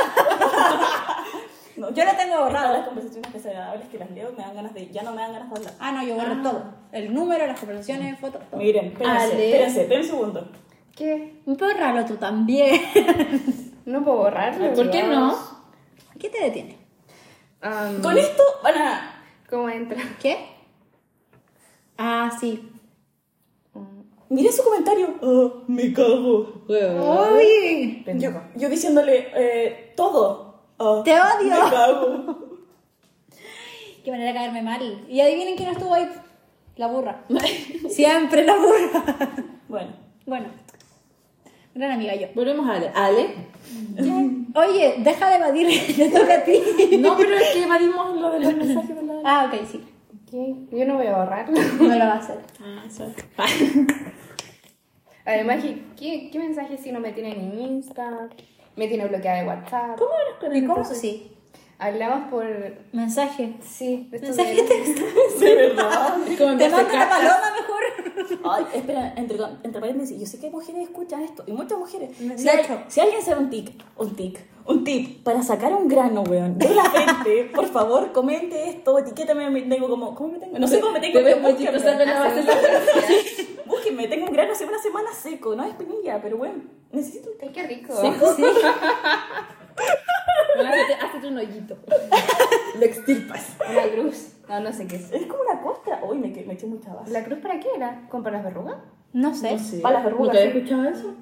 [SPEAKER 2] No,
[SPEAKER 1] Yo lo tengo borrado.
[SPEAKER 2] Todas las conversaciones desagradables que las leo me dan ganas de... Ya no me dan ganas de hablar.
[SPEAKER 1] Ah, no, yo borro todo. El número, las conversaciones, fotos, todo. Ah,
[SPEAKER 2] Miren, espérense,
[SPEAKER 3] Ale.
[SPEAKER 2] espérense, espérense un segundo.
[SPEAKER 4] ¿Qué?
[SPEAKER 1] Bórralo tú también.
[SPEAKER 4] No puedo borrarlo.
[SPEAKER 3] ¿Por qué
[SPEAKER 4] Dios.
[SPEAKER 3] no?
[SPEAKER 1] ¿Qué te detiene?
[SPEAKER 4] Am,
[SPEAKER 2] Con esto van a...
[SPEAKER 4] ¿Cómo entra?
[SPEAKER 1] ¿Qué? Ah, sí.
[SPEAKER 2] Mira su comentario. Ah, me cago.
[SPEAKER 1] ¡Uy!
[SPEAKER 2] Yo, yo diciéndole eh, todo. Ah,
[SPEAKER 1] Te odio.
[SPEAKER 2] Me cago.
[SPEAKER 1] Qué manera de caerme mal. Y adivinen quién estuvo ahí. La burra. *laughs* Siempre la burra. *laughs*
[SPEAKER 2] Bueno,
[SPEAKER 1] Bueno. Gran amiga yo.
[SPEAKER 3] Volvemos a Ale. Ale.
[SPEAKER 1] Oye, deja de evadir. *laughs* Te toca a ti.
[SPEAKER 3] No, pero es que evadimos lo de los mensajes de la Ale.
[SPEAKER 1] Ah, ok, sí.
[SPEAKER 4] ¿Qué? Yo no voy a borrarlo.
[SPEAKER 1] No lo va a hacer.
[SPEAKER 3] Ah, sorry.
[SPEAKER 4] Además, ¿qué- ¿qué, qué mensaje si no me tiene en Insta? Me tiene bloqueada de WhatsApp.
[SPEAKER 3] ¿Cómo eres con
[SPEAKER 1] ¿Y
[SPEAKER 3] el
[SPEAKER 1] cómo?
[SPEAKER 3] proceso?
[SPEAKER 1] Sí.
[SPEAKER 4] Hablamos por.
[SPEAKER 1] Mensaje.
[SPEAKER 4] Sí, de esto
[SPEAKER 1] Mensaje
[SPEAKER 4] de-
[SPEAKER 1] de texto.
[SPEAKER 2] de verdad.
[SPEAKER 1] *laughs*
[SPEAKER 3] Es como
[SPEAKER 1] Te
[SPEAKER 3] enviarse
[SPEAKER 1] mando la
[SPEAKER 3] cartas.
[SPEAKER 1] paloma mejor.
[SPEAKER 2] Ay, espera, entre, entre paréntesis, yo sé que mujeres escuchan esto, y muchas mujeres.
[SPEAKER 1] De
[SPEAKER 2] Si, hay-
[SPEAKER 1] hecho.
[SPEAKER 2] si alguien sabe un tic, un tic, un tip para sacar un grano, weón, de la gente, por favor, comente esto, etiquétame, me tengo como, ¿cómo me tengo? No sé cómo me tengo,
[SPEAKER 3] Te ves
[SPEAKER 2] pero
[SPEAKER 3] muy chistosa
[SPEAKER 2] búsquenme.
[SPEAKER 3] con la base.
[SPEAKER 2] Búsquenme, tengo un grano hace una semana seco, no es pinilla, pero bueno, necesito un
[SPEAKER 4] Ay, qué rico.
[SPEAKER 1] Sí.
[SPEAKER 3] Bueno, hazte- Hazte un hoyito.
[SPEAKER 2] Lo extirpas.
[SPEAKER 4] Una cruz. No, no sé qué es.
[SPEAKER 2] Es como una costra. Uy, me, que- me eché mucha base.
[SPEAKER 4] ¿La cruz para qué era? ¿Con para las verrugas?
[SPEAKER 1] No sé.
[SPEAKER 2] Para las verrugas.
[SPEAKER 3] ¿Nunca había
[SPEAKER 2] sí.
[SPEAKER 3] escuchado eso?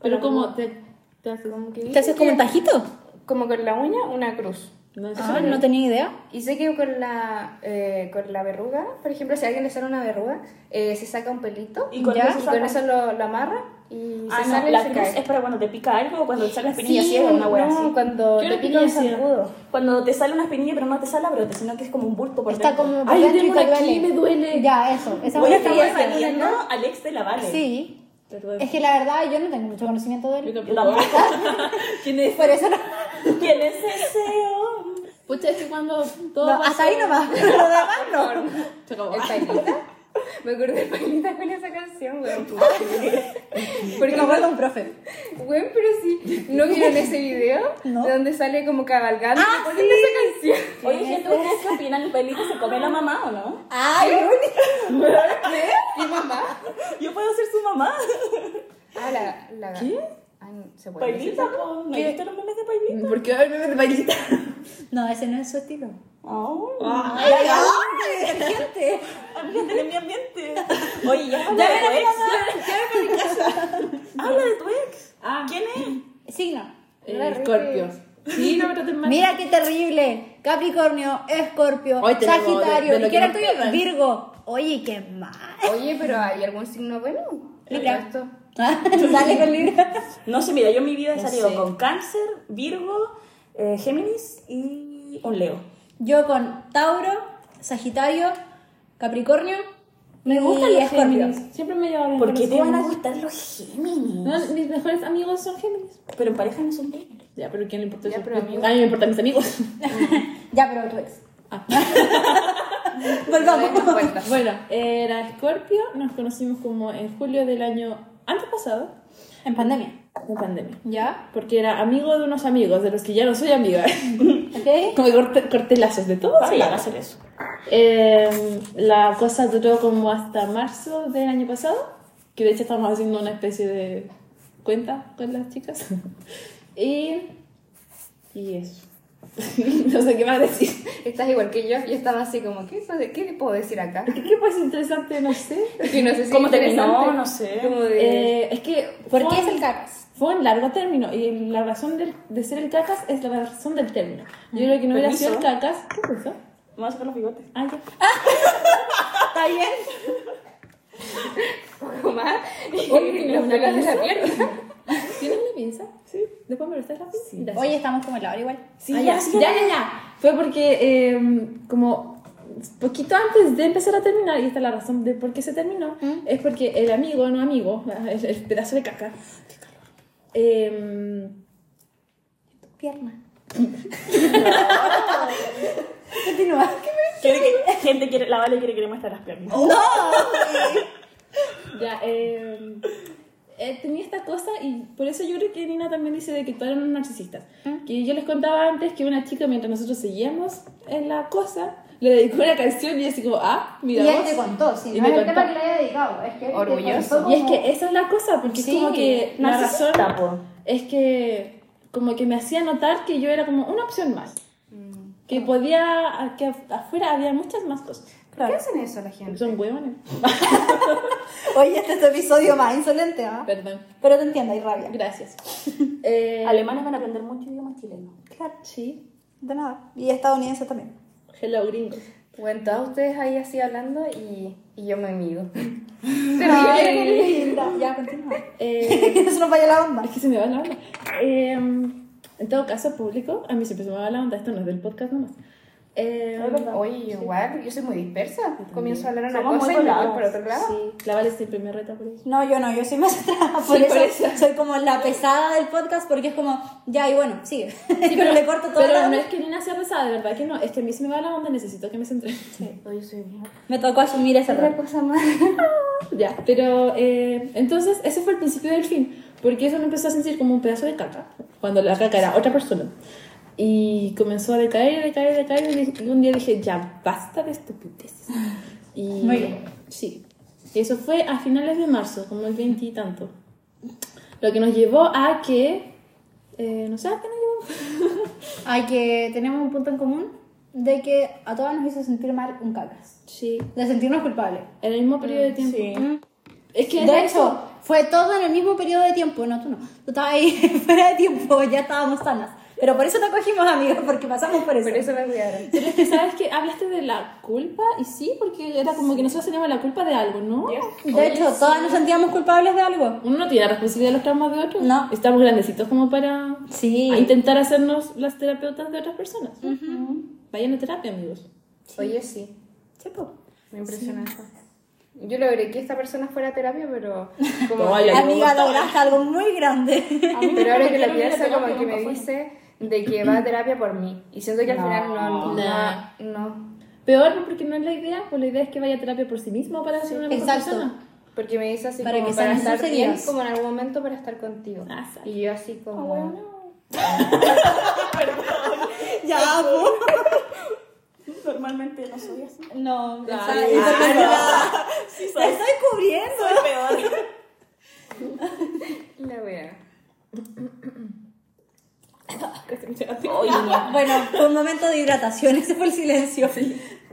[SPEAKER 3] Pero como te, te hace como que...
[SPEAKER 1] ¿Te haces como un tajito?
[SPEAKER 4] Como con la uña, una cruz.
[SPEAKER 3] No sé.
[SPEAKER 1] Ah, no tenía idea.
[SPEAKER 4] Y sé que con la, eh, con la verruga, por ejemplo, si a alguien le sale una verruga, eh, se saca un pelito
[SPEAKER 2] Y con
[SPEAKER 4] ¿ya?
[SPEAKER 2] eso
[SPEAKER 4] y con
[SPEAKER 2] saca-
[SPEAKER 4] eso lo, lo amarra y
[SPEAKER 2] Ah,
[SPEAKER 4] se
[SPEAKER 2] no,
[SPEAKER 4] sale y
[SPEAKER 2] la
[SPEAKER 4] se
[SPEAKER 2] cruz
[SPEAKER 4] cae.
[SPEAKER 2] es para cuando te pica algo o cuando te sale una espinilla
[SPEAKER 4] Sí,
[SPEAKER 2] ciega, una wea
[SPEAKER 4] no,
[SPEAKER 2] así.
[SPEAKER 4] cuando
[SPEAKER 3] ¿Qué
[SPEAKER 4] te
[SPEAKER 3] era
[SPEAKER 4] pica un
[SPEAKER 3] espinilla ciega?
[SPEAKER 4] zancudo.
[SPEAKER 2] Cuando te sale una espinilla pero no te sale la brota, sino que es como un bulto por
[SPEAKER 1] Está
[SPEAKER 2] dentro. Ah,
[SPEAKER 1] como.
[SPEAKER 3] Ay, yo
[SPEAKER 1] por dentro
[SPEAKER 3] tengo
[SPEAKER 1] y
[SPEAKER 3] una aquí, me duele.
[SPEAKER 1] Ya, eso. Esa
[SPEAKER 2] Oye,
[SPEAKER 1] fue
[SPEAKER 2] esta
[SPEAKER 1] mi
[SPEAKER 2] wea
[SPEAKER 1] experiencia.
[SPEAKER 2] salía, ¿no? Alex de la Vale.
[SPEAKER 1] Sí.
[SPEAKER 3] Perdón.
[SPEAKER 1] Es que la verdad yo no tengo mucho conocimiento de
[SPEAKER 3] Yo
[SPEAKER 1] él.
[SPEAKER 2] Yo
[SPEAKER 3] tampoco.
[SPEAKER 2] tampoco. *laughs*
[SPEAKER 3] ¿Quién es?
[SPEAKER 1] Por eso no.
[SPEAKER 2] ¿Quién es ese hombre?
[SPEAKER 3] Pucha, es que cuando todo
[SPEAKER 1] no,
[SPEAKER 3] pasó-
[SPEAKER 1] hasta ahí nomás. *laughs* Lo demás no.
[SPEAKER 3] Se acabó.
[SPEAKER 4] ¿El Pailita? Me acuerdo de Pailita con esa canción, weón.
[SPEAKER 1] Porque me acuerdo un profe.
[SPEAKER 4] Weón, pero sí. ¿No *laughs* vieron ese video?
[SPEAKER 1] No.
[SPEAKER 4] Donde sale como cabalgando
[SPEAKER 1] Ah,
[SPEAKER 4] y ponen esa canción.
[SPEAKER 2] Oye, gente, ¿ustedes qué opinan? ¿Pelito se come la mamá o no?
[SPEAKER 1] Ay,
[SPEAKER 4] ¿Qué mamá?
[SPEAKER 2] Yo puedo ser su mamá.
[SPEAKER 4] Ah, la. la
[SPEAKER 2] ¿Qué?
[SPEAKER 4] Ay, no, se puede. decir
[SPEAKER 2] Pailita, po. ¿No
[SPEAKER 3] ¿Qué?
[SPEAKER 2] viste los memes de Pailita?
[SPEAKER 3] ¿Por qué va el meme de Pailita?
[SPEAKER 1] *laughs* No, ese no es su estilo.
[SPEAKER 2] Ah.
[SPEAKER 1] Ay, *laughs* no, qué inteligente.
[SPEAKER 2] Fíjate en mi ambiente. Oye, ya habla
[SPEAKER 1] Ya
[SPEAKER 2] de
[SPEAKER 1] me la voy
[SPEAKER 2] tu
[SPEAKER 1] a
[SPEAKER 2] ex.
[SPEAKER 1] dar,
[SPEAKER 2] *laughs* Habla de tu ex.
[SPEAKER 3] Ah.
[SPEAKER 2] ¿Quién es?
[SPEAKER 1] Signo.
[SPEAKER 4] La
[SPEAKER 3] Eh,
[SPEAKER 4] Ricky.
[SPEAKER 3] Scorpio. Sí, no me traten mal.
[SPEAKER 1] Mira qué terrible. Capricornio, Escorpio,
[SPEAKER 3] Hoy tenemos de-
[SPEAKER 1] Sagitario.
[SPEAKER 3] de lo
[SPEAKER 1] ¿Y
[SPEAKER 3] que
[SPEAKER 1] qué era
[SPEAKER 3] nos
[SPEAKER 1] tuyo?
[SPEAKER 3] quedan.
[SPEAKER 1] Virgo. Oye, qué
[SPEAKER 3] *laughs*
[SPEAKER 1] mal.
[SPEAKER 4] Oye, pero ¿hay algún signo bueno?
[SPEAKER 1] Libra.
[SPEAKER 4] Esto.
[SPEAKER 1] Dale con Libra.
[SPEAKER 2] No sé, mira, yo en mi vida he
[SPEAKER 3] No
[SPEAKER 2] salido
[SPEAKER 3] sé.
[SPEAKER 2] con cáncer, Virgo, eh, Géminis y un Leo.
[SPEAKER 1] Yo con Tauro, Sagitario, Capricornio.
[SPEAKER 3] Me gustan
[SPEAKER 1] y
[SPEAKER 3] los
[SPEAKER 1] Escorpio.
[SPEAKER 3] Géminis. Siempre me llevan
[SPEAKER 2] ¿Por qué te van a gustar los Géminis?
[SPEAKER 3] No, mis mejores amigos son Géminis.
[SPEAKER 2] Pero en pareja no son Géminis.
[SPEAKER 3] Ya, pero ¿quién le importa
[SPEAKER 4] Ya,
[SPEAKER 3] eso?
[SPEAKER 4] pero amigos.
[SPEAKER 3] A mí me importan mis amigos.
[SPEAKER 1] Ya, pero tu ex.
[SPEAKER 3] Ah.
[SPEAKER 4] No
[SPEAKER 1] *laughs*
[SPEAKER 4] nos
[SPEAKER 1] Volvamos.
[SPEAKER 3] *laughs*
[SPEAKER 4] cuentas.
[SPEAKER 3] Bueno, era Scorpio, nos conocimos como en julio del año antes pasado,
[SPEAKER 1] En pandemia.
[SPEAKER 3] de pandemia.
[SPEAKER 1] ¿Ya?
[SPEAKER 3] Porque era amigo de unos amigos, de los que ya no soy amiga. *laughs*
[SPEAKER 1] ¿Ok?
[SPEAKER 3] Como que corté, corté lazos de todos.
[SPEAKER 2] Para llegar a hacer eso.
[SPEAKER 3] Eh, la cosa duró como hasta marzo del año pasado, que de hecho estamos haciendo una especie de cuenta con las *laughs* chicas. y, y eso. *laughs* no sé qué más decir.
[SPEAKER 4] Estás igual que yo, yo estaba así como, ¿qué, qué puedo decir *laughs* acá?
[SPEAKER 3] ¿Qué pasa interesante? No sé.
[SPEAKER 4] Y no sé si
[SPEAKER 2] ¿Cómo terminó?
[SPEAKER 4] interesante.
[SPEAKER 2] No sé.
[SPEAKER 4] Como de...
[SPEAKER 3] Eh, es que.
[SPEAKER 1] ¿Por
[SPEAKER 3] fue
[SPEAKER 1] qué es
[SPEAKER 3] un-
[SPEAKER 1] el cacas?
[SPEAKER 3] Fue un largo término y la razón del- de, ser el cacas es la razón del término. Yo creo que no hubiera sido el
[SPEAKER 2] Permiso.
[SPEAKER 3] cacas. ¿Qué fue eso?
[SPEAKER 2] Me voy a sacar los bigotes.
[SPEAKER 3] Ah, ya.
[SPEAKER 1] ¿Está bien?
[SPEAKER 4] Tomar y
[SPEAKER 3] Oye,
[SPEAKER 4] los
[SPEAKER 3] una
[SPEAKER 4] pelos de la
[SPEAKER 3] pinza.
[SPEAKER 4] pierna.
[SPEAKER 3] ¿Tienes la pinza? Sí. ¿Después me prestas la pinza? Gracias.
[SPEAKER 1] Oye, estamos como en la hora igual.
[SPEAKER 3] Ah, ya, ya, ya, ya. Fue porque eh, como poquito antes de empezar a terminar, y esta es la razón de por qué se terminó,
[SPEAKER 1] ¿Mm?
[SPEAKER 3] es porque el amigo, no amigo, *laughs* el, el pedazo de caca, eh,
[SPEAKER 1] Pierna. *laughs* Continúa.
[SPEAKER 2] Quiere que- *laughs* gente quiere, la Vale quiere que le muestre las piernas.
[SPEAKER 3] ya, eh, eh, tenía esta cosa y por eso yo creo que Nina también dice de que todos eran narcisistas.
[SPEAKER 1] ¿Mm?
[SPEAKER 3] Que yo les contaba antes que una chica mientras nosotros seguíamos en la cosa, le dedicó una canción y así como, ah,
[SPEAKER 1] Y
[SPEAKER 3] mira
[SPEAKER 1] él
[SPEAKER 3] vos.
[SPEAKER 1] te contó, sí.
[SPEAKER 3] Y
[SPEAKER 1] No
[SPEAKER 3] me
[SPEAKER 1] es el
[SPEAKER 3] contó.
[SPEAKER 1] tema que le haya dedicado. Es que él
[SPEAKER 4] Eh,
[SPEAKER 1] te
[SPEAKER 4] Orgulloso.
[SPEAKER 1] contó
[SPEAKER 3] Y es
[SPEAKER 1] como-
[SPEAKER 3] que esa es la cosa, porque
[SPEAKER 1] Sí,
[SPEAKER 3] es como que la razón
[SPEAKER 2] narcisista, po.
[SPEAKER 3] es que como que me hacía notar que yo era como una opción más. Que podía, que afuera había muchas más cosas.
[SPEAKER 4] ¿Qué hacen eso la gente?
[SPEAKER 3] Son huevones.
[SPEAKER 1] Oye, este es tu episodio más insolente, ¿ah?
[SPEAKER 3] Perdón.
[SPEAKER 1] Pero te entiendo, hay rabia.
[SPEAKER 3] Gracias. Eh,
[SPEAKER 2] Alemanes van a aprender mucho idioma chileno.
[SPEAKER 1] Claro,
[SPEAKER 3] sí.
[SPEAKER 1] de nada. Y estadounidense también.
[SPEAKER 3] Hello, gringo.
[SPEAKER 4] Bueno, todas ustedes ahí así hablando y, y yo me *laughs* mido.
[SPEAKER 1] Ay, qué linda. Ya, continúa.
[SPEAKER 3] Eh,
[SPEAKER 1] *laughs* Que se nos vaya la onda.
[SPEAKER 3] es que se me va la onda. Eh, en todo caso, público, a mí siempre se me va la onda. Esto no es del podcast nomás. Eh,
[SPEAKER 4] Oye, yo igual, yo soy muy dispersa. Comienzo a hablar una
[SPEAKER 2] Somos
[SPEAKER 4] cosa
[SPEAKER 2] muy
[SPEAKER 4] y me voy
[SPEAKER 2] volados,
[SPEAKER 4] por otro lado. *laughs*
[SPEAKER 3] sí, la Vale siempre me reta por eso.
[SPEAKER 1] No, yo no, yo soy más atrás. Por,
[SPEAKER 3] Sí,
[SPEAKER 1] eso
[SPEAKER 3] por eso.
[SPEAKER 1] soy como la pesada del podcast porque es como, ya, y bueno, sigue. *laughs* pero le corto todo.
[SPEAKER 3] Pero no es que Nina sea pesada, de verdad que no. Es que a mí se me va la onda, necesito que me centre.
[SPEAKER 4] Oye, yo soy muy...
[SPEAKER 1] Me tocó asumir ese
[SPEAKER 4] Es la
[SPEAKER 1] rol.
[SPEAKER 4] cosa más...
[SPEAKER 3] Ya, pero eh, entonces ese fue el principio del fin, porque eso me empezó a sentir como un pedazo de caca, cuando la caca era otra persona. Y comenzó a decaer, decaer, decaer, y un día dije, ya basta de estupideces. Y,
[SPEAKER 1] *laughs* Muy bien.
[SPEAKER 3] Sí. Y eso fue a finales de marzo, como el 20 y tanto. Lo que nos llevó a que... eh, no sé, ¿a qué nos llevó?
[SPEAKER 1] *laughs* Hay que tenemos un punto en común de que a todas nos hizo sentir mal un cacas.
[SPEAKER 3] sí,
[SPEAKER 1] De sentirnos culpables.
[SPEAKER 3] en el mismo periodo de tiempo. Es que
[SPEAKER 1] Mm, De hecho, fue todo en el mismo periodo de tiempo. No, tú no. Tú estabas ahí *laughs* fuera de tiempo, ya estábamos sanas. Pero por eso te cogimos, amigos, porque pasamos por eso.
[SPEAKER 4] Por eso me cuidaron.
[SPEAKER 3] Pero es que sabes que hablaste de la culpa y sí, porque era como que nosotros teníamos la culpa de algo, ¿no?
[SPEAKER 1] De hecho, todas nos sentíamos culpables de algo.
[SPEAKER 3] Uno no tiene la responsabilidad de los traumas de otros.
[SPEAKER 1] No.
[SPEAKER 3] Estamos grandecitos como para
[SPEAKER 1] Sí.
[SPEAKER 3] a intentar hacernos las terapeutas de otras personas. Vayan a terapia, amigos.
[SPEAKER 4] Oye, sí.
[SPEAKER 3] Chepo.
[SPEAKER 4] Me impresiona eso. Yo logré que esta persona fuera a terapia, *laughs* pero... Como...
[SPEAKER 3] No, la-
[SPEAKER 1] Amiga, lograste algo muy grande. *laughs*
[SPEAKER 4] Pero ahora que
[SPEAKER 2] prometieron ir
[SPEAKER 4] lo
[SPEAKER 2] a
[SPEAKER 4] pienso,
[SPEAKER 2] terapia,
[SPEAKER 4] como que
[SPEAKER 2] nunca
[SPEAKER 4] me
[SPEAKER 2] fue.
[SPEAKER 4] dice de que va a terapia por mí. Y siento que al final
[SPEAKER 3] No.
[SPEAKER 4] no... No. no.
[SPEAKER 3] Peor porque no es la idea, pues la idea es que vaya a terapia por sí mismo para ser una mejor
[SPEAKER 1] exacto.
[SPEAKER 3] persona.
[SPEAKER 4] Porque me dice así
[SPEAKER 1] Para
[SPEAKER 4] como
[SPEAKER 1] que
[SPEAKER 4] para
[SPEAKER 1] sean
[SPEAKER 4] estar bien,
[SPEAKER 1] sinceros.
[SPEAKER 4] como en algún momento para estar contigo.
[SPEAKER 3] Ah, exacto.
[SPEAKER 4] Y yo así como...
[SPEAKER 1] ya, amor.
[SPEAKER 2] Normalmente no soy así.
[SPEAKER 1] No,
[SPEAKER 3] Ya,
[SPEAKER 1] está
[SPEAKER 3] ya,
[SPEAKER 1] bien. *laughs*
[SPEAKER 2] ya. Sí,
[SPEAKER 1] Te
[SPEAKER 2] soy,
[SPEAKER 1] estoy cubriendo.
[SPEAKER 2] *laughs* soy peor.
[SPEAKER 4] La wea.
[SPEAKER 2] Oye,
[SPEAKER 1] *laughs* Bueno, fue un momento de hidratación, *laughs* ese fue el silencio.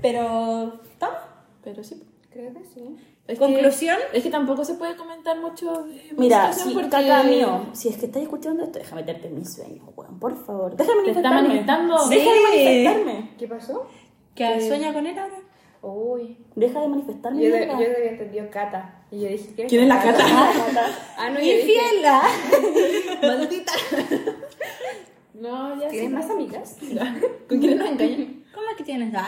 [SPEAKER 1] Pero, ¿estamos?
[SPEAKER 3] Pero sí. pues.
[SPEAKER 4] Creo que sí.
[SPEAKER 3] Es que-
[SPEAKER 1] ¿Conclusión?
[SPEAKER 3] es que tampoco se puede comentar mucho de mi
[SPEAKER 2] Mira,
[SPEAKER 3] situación
[SPEAKER 2] si,
[SPEAKER 3] porque-
[SPEAKER 2] caca mío, si es que estás escuchando esto, deja meterte en mis sueños, weón, por favor. Déjame
[SPEAKER 3] Te está
[SPEAKER 2] manifestarme.
[SPEAKER 3] manifestando.
[SPEAKER 2] Deja
[SPEAKER 1] Sí.
[SPEAKER 2] de manifestarme.
[SPEAKER 4] ¿Qué pasó?
[SPEAKER 3] eh,
[SPEAKER 1] ¿Que sueña con él ahora?
[SPEAKER 4] Uy.
[SPEAKER 2] Deja de manifestarme.
[SPEAKER 4] Yo, de-
[SPEAKER 2] mierda.
[SPEAKER 4] yo te había entendido Cata. Y yo dije, ¿quién,
[SPEAKER 3] ¿Quién es la Cata?
[SPEAKER 4] Ah, no, yo dije,
[SPEAKER 1] Infiela.
[SPEAKER 3] Maldita. No, ya
[SPEAKER 4] ¿tienes
[SPEAKER 3] sí.
[SPEAKER 4] más amigas?
[SPEAKER 3] ¿Con quién nos engañan?
[SPEAKER 1] ¿Cómo es que tienes? Ah.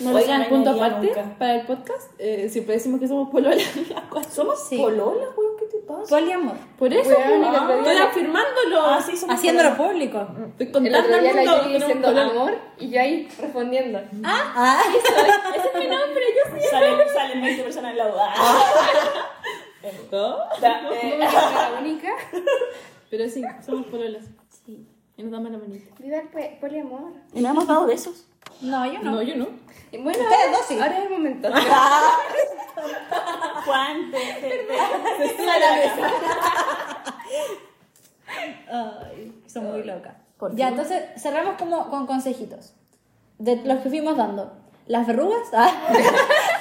[SPEAKER 2] No les
[SPEAKER 3] Oigan, punto
[SPEAKER 2] engañaría
[SPEAKER 3] aparte
[SPEAKER 2] nunca.
[SPEAKER 3] para el podcast. eh, siempre decimos que somos pololas las cuatro.
[SPEAKER 2] Somos
[SPEAKER 1] Sí.
[SPEAKER 2] pololas, weón, ¿qué te pasa?
[SPEAKER 1] Poliamor.
[SPEAKER 3] Por eso,
[SPEAKER 4] Weón,
[SPEAKER 3] pues,
[SPEAKER 4] y la pedí-
[SPEAKER 3] estoy afirmándolo.
[SPEAKER 2] Ah, sí, somos
[SPEAKER 1] Haciéndolo
[SPEAKER 2] pololas.
[SPEAKER 1] público.
[SPEAKER 3] Estoy
[SPEAKER 4] El otro
[SPEAKER 3] contando al
[SPEAKER 4] día la
[SPEAKER 3] mundo
[SPEAKER 4] Yuri
[SPEAKER 3] que somos
[SPEAKER 4] diciendo
[SPEAKER 3] pololas.
[SPEAKER 4] amor y yo ahí respondiendo.
[SPEAKER 1] Ah, ah.
[SPEAKER 3] Ese es mi nombre, yo sí.
[SPEAKER 2] Salen, salen 20 personas en la duda.
[SPEAKER 3] ¿No?
[SPEAKER 4] ¿Cómo que eh, la única?
[SPEAKER 3] Pero sí, somos pololas. Sí. Y nos damos la manita.
[SPEAKER 4] Viva el pe- poliamor.
[SPEAKER 2] Y no hemos dado besos.
[SPEAKER 1] No, yo no.
[SPEAKER 3] No, yo no.
[SPEAKER 4] Y Bueno,
[SPEAKER 1] Ustedes
[SPEAKER 4] ahora,
[SPEAKER 1] dos sí.
[SPEAKER 4] ahora es el momento. *laughs*
[SPEAKER 2] Juan, te, te- te-
[SPEAKER 1] *laughs* Ay, son muy locas. Ya, entonces cerramos como con consejitos. De los que fuimos dando. Las verrugas. Ah.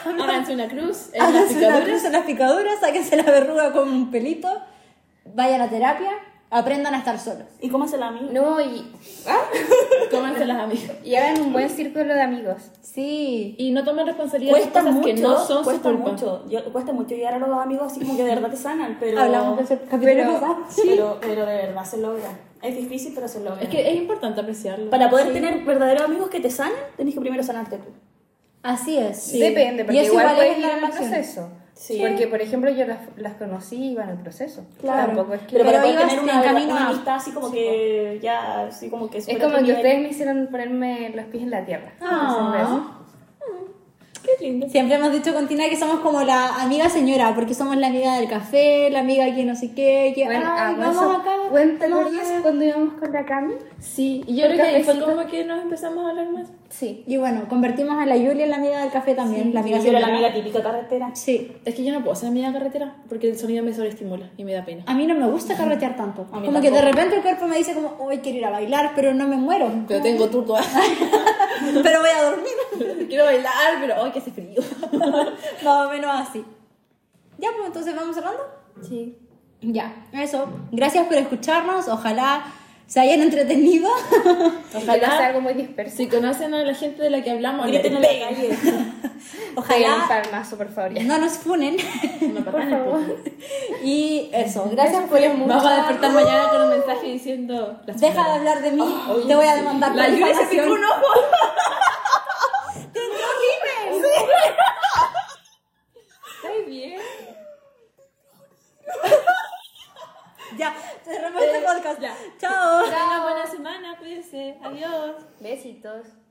[SPEAKER 3] Háganse una cruz en
[SPEAKER 1] *laughs*
[SPEAKER 3] las
[SPEAKER 1] Háganse una
[SPEAKER 3] picaduras.
[SPEAKER 1] cruz en las picaduras, sáquense la verruga con un pelito, vayan a terapia, aprendan a estar solos.
[SPEAKER 2] ¿Y cómo se la mía?
[SPEAKER 4] No, y, ah,
[SPEAKER 3] Cómanse las amigas.
[SPEAKER 4] y hagan un buen círculo de amigos.
[SPEAKER 1] Sí.
[SPEAKER 3] Y no tomen responsabilidad
[SPEAKER 2] Cuesta
[SPEAKER 3] de cosas
[SPEAKER 2] mucho,
[SPEAKER 3] que no son su
[SPEAKER 2] cuesta
[SPEAKER 3] culpa.
[SPEAKER 2] mucho. Yo- cuesta mucho llegar a los amigos así como que de verdad te sanan, pero...
[SPEAKER 1] Hablamos de ese capítulo
[SPEAKER 2] pero,
[SPEAKER 1] pasado.
[SPEAKER 2] pero, pero de verdad se logra. Es difícil, pero se logra.
[SPEAKER 3] Es que es importante apreciarlo.
[SPEAKER 2] para poder tener verdaderos amigos que te sanen, tenés que primero sanarte tú.
[SPEAKER 1] Así es.
[SPEAKER 4] Depende, porque
[SPEAKER 1] Y eso
[SPEAKER 4] igual,
[SPEAKER 1] igual es
[SPEAKER 4] puedes ir
[SPEAKER 1] la
[SPEAKER 4] en el
[SPEAKER 1] relación.
[SPEAKER 4] proceso.
[SPEAKER 2] Sí.
[SPEAKER 4] Porque, por ejemplo, yo las, las conocí y iban al proceso.
[SPEAKER 1] Claro.
[SPEAKER 4] Tampoco es que...
[SPEAKER 2] Pero, para
[SPEAKER 1] Pero
[SPEAKER 2] poder
[SPEAKER 1] ibas
[SPEAKER 2] tener
[SPEAKER 1] en
[SPEAKER 2] una,
[SPEAKER 1] camino
[SPEAKER 2] una
[SPEAKER 1] a-
[SPEAKER 2] amistad así como que ya, así como que...
[SPEAKER 4] es
[SPEAKER 2] supera
[SPEAKER 4] como
[SPEAKER 2] tu
[SPEAKER 4] que
[SPEAKER 2] nivel.
[SPEAKER 4] ustedes me hicieron ponerme los pies en la tierra. Entonces, gracias.
[SPEAKER 1] Ah.
[SPEAKER 3] Qué lindo.
[SPEAKER 1] Siempre hemos dicho con Tina que somos como la amiga señora, porque somos la amiga del café, la amiga que no sé qué, que
[SPEAKER 4] Bueno,
[SPEAKER 1] ay,
[SPEAKER 4] amo
[SPEAKER 1] vamos
[SPEAKER 4] eso.
[SPEAKER 1] acá.
[SPEAKER 4] Bueno, ¿Te
[SPEAKER 1] vamos
[SPEAKER 4] acuerdas
[SPEAKER 1] allá.
[SPEAKER 4] cuando íbamos con la Cami?
[SPEAKER 3] Sí, y yo creo que ahí fue
[SPEAKER 4] cafecito.
[SPEAKER 3] como que nos empezamos a hablar más.
[SPEAKER 4] Sí.
[SPEAKER 1] Y bueno, convertimos a la Julia en la amiga del café también, la amiga
[SPEAKER 2] Y yo era la
[SPEAKER 1] señora.
[SPEAKER 2] amiga típica carretera.
[SPEAKER 1] Sí.
[SPEAKER 3] Es que yo no puedo hacer amiga carretera porque el sonido me sobreestimula y me da pena.
[SPEAKER 1] A mí no me gusta carretear tanto.
[SPEAKER 2] A mí
[SPEAKER 1] Como que de
[SPEAKER 2] tampoco.
[SPEAKER 1] repente el cuerpo me dice como, hoy quiero ir a bailar, pero no me muero.
[SPEAKER 3] Pero tengo turbo.
[SPEAKER 1] *laughs* pero voy a dormir.
[SPEAKER 3] *laughs* Quiero bailar, pero ay, que hace
[SPEAKER 1] *laughs*
[SPEAKER 3] frío.
[SPEAKER 1] Más o menos así. Ya, pues entonces vamos cerrando.
[SPEAKER 3] Sí.
[SPEAKER 1] Ya, eso. Gracias por escucharnos. Ojalá se hayan entretenido.
[SPEAKER 3] *laughs*
[SPEAKER 4] Ojalá sea
[SPEAKER 3] Ojalá
[SPEAKER 4] algo muy disperso.
[SPEAKER 3] si conocen a la gente de la que hablamos,
[SPEAKER 2] Griten en
[SPEAKER 3] le
[SPEAKER 2] la calle.
[SPEAKER 4] Ojalá. un
[SPEAKER 1] Ojalá
[SPEAKER 4] palmazo, por favor. ya.
[SPEAKER 1] no nos funen. *laughs*
[SPEAKER 3] peguen una patada en el
[SPEAKER 4] favor.
[SPEAKER 3] culo.
[SPEAKER 1] Y eso, gracias por
[SPEAKER 3] Vamos a
[SPEAKER 1] escuchar.
[SPEAKER 3] despertar mañana con un mensaje diciendo. la
[SPEAKER 1] Deja de
[SPEAKER 3] señora.
[SPEAKER 1] hablar de mí, te voy a demandar
[SPEAKER 3] La
[SPEAKER 1] por
[SPEAKER 3] Yuri se
[SPEAKER 1] difamación.
[SPEAKER 3] picó un
[SPEAKER 1] *laughs*
[SPEAKER 3] ojo.
[SPEAKER 1] ¡Tengo rímel!
[SPEAKER 3] Está bien.
[SPEAKER 1] Ya,
[SPEAKER 3] Eh,
[SPEAKER 1] cerramos este podcast. Chao.
[SPEAKER 3] Tengan una buena semana, cuídense. Adiós.
[SPEAKER 4] Besitos.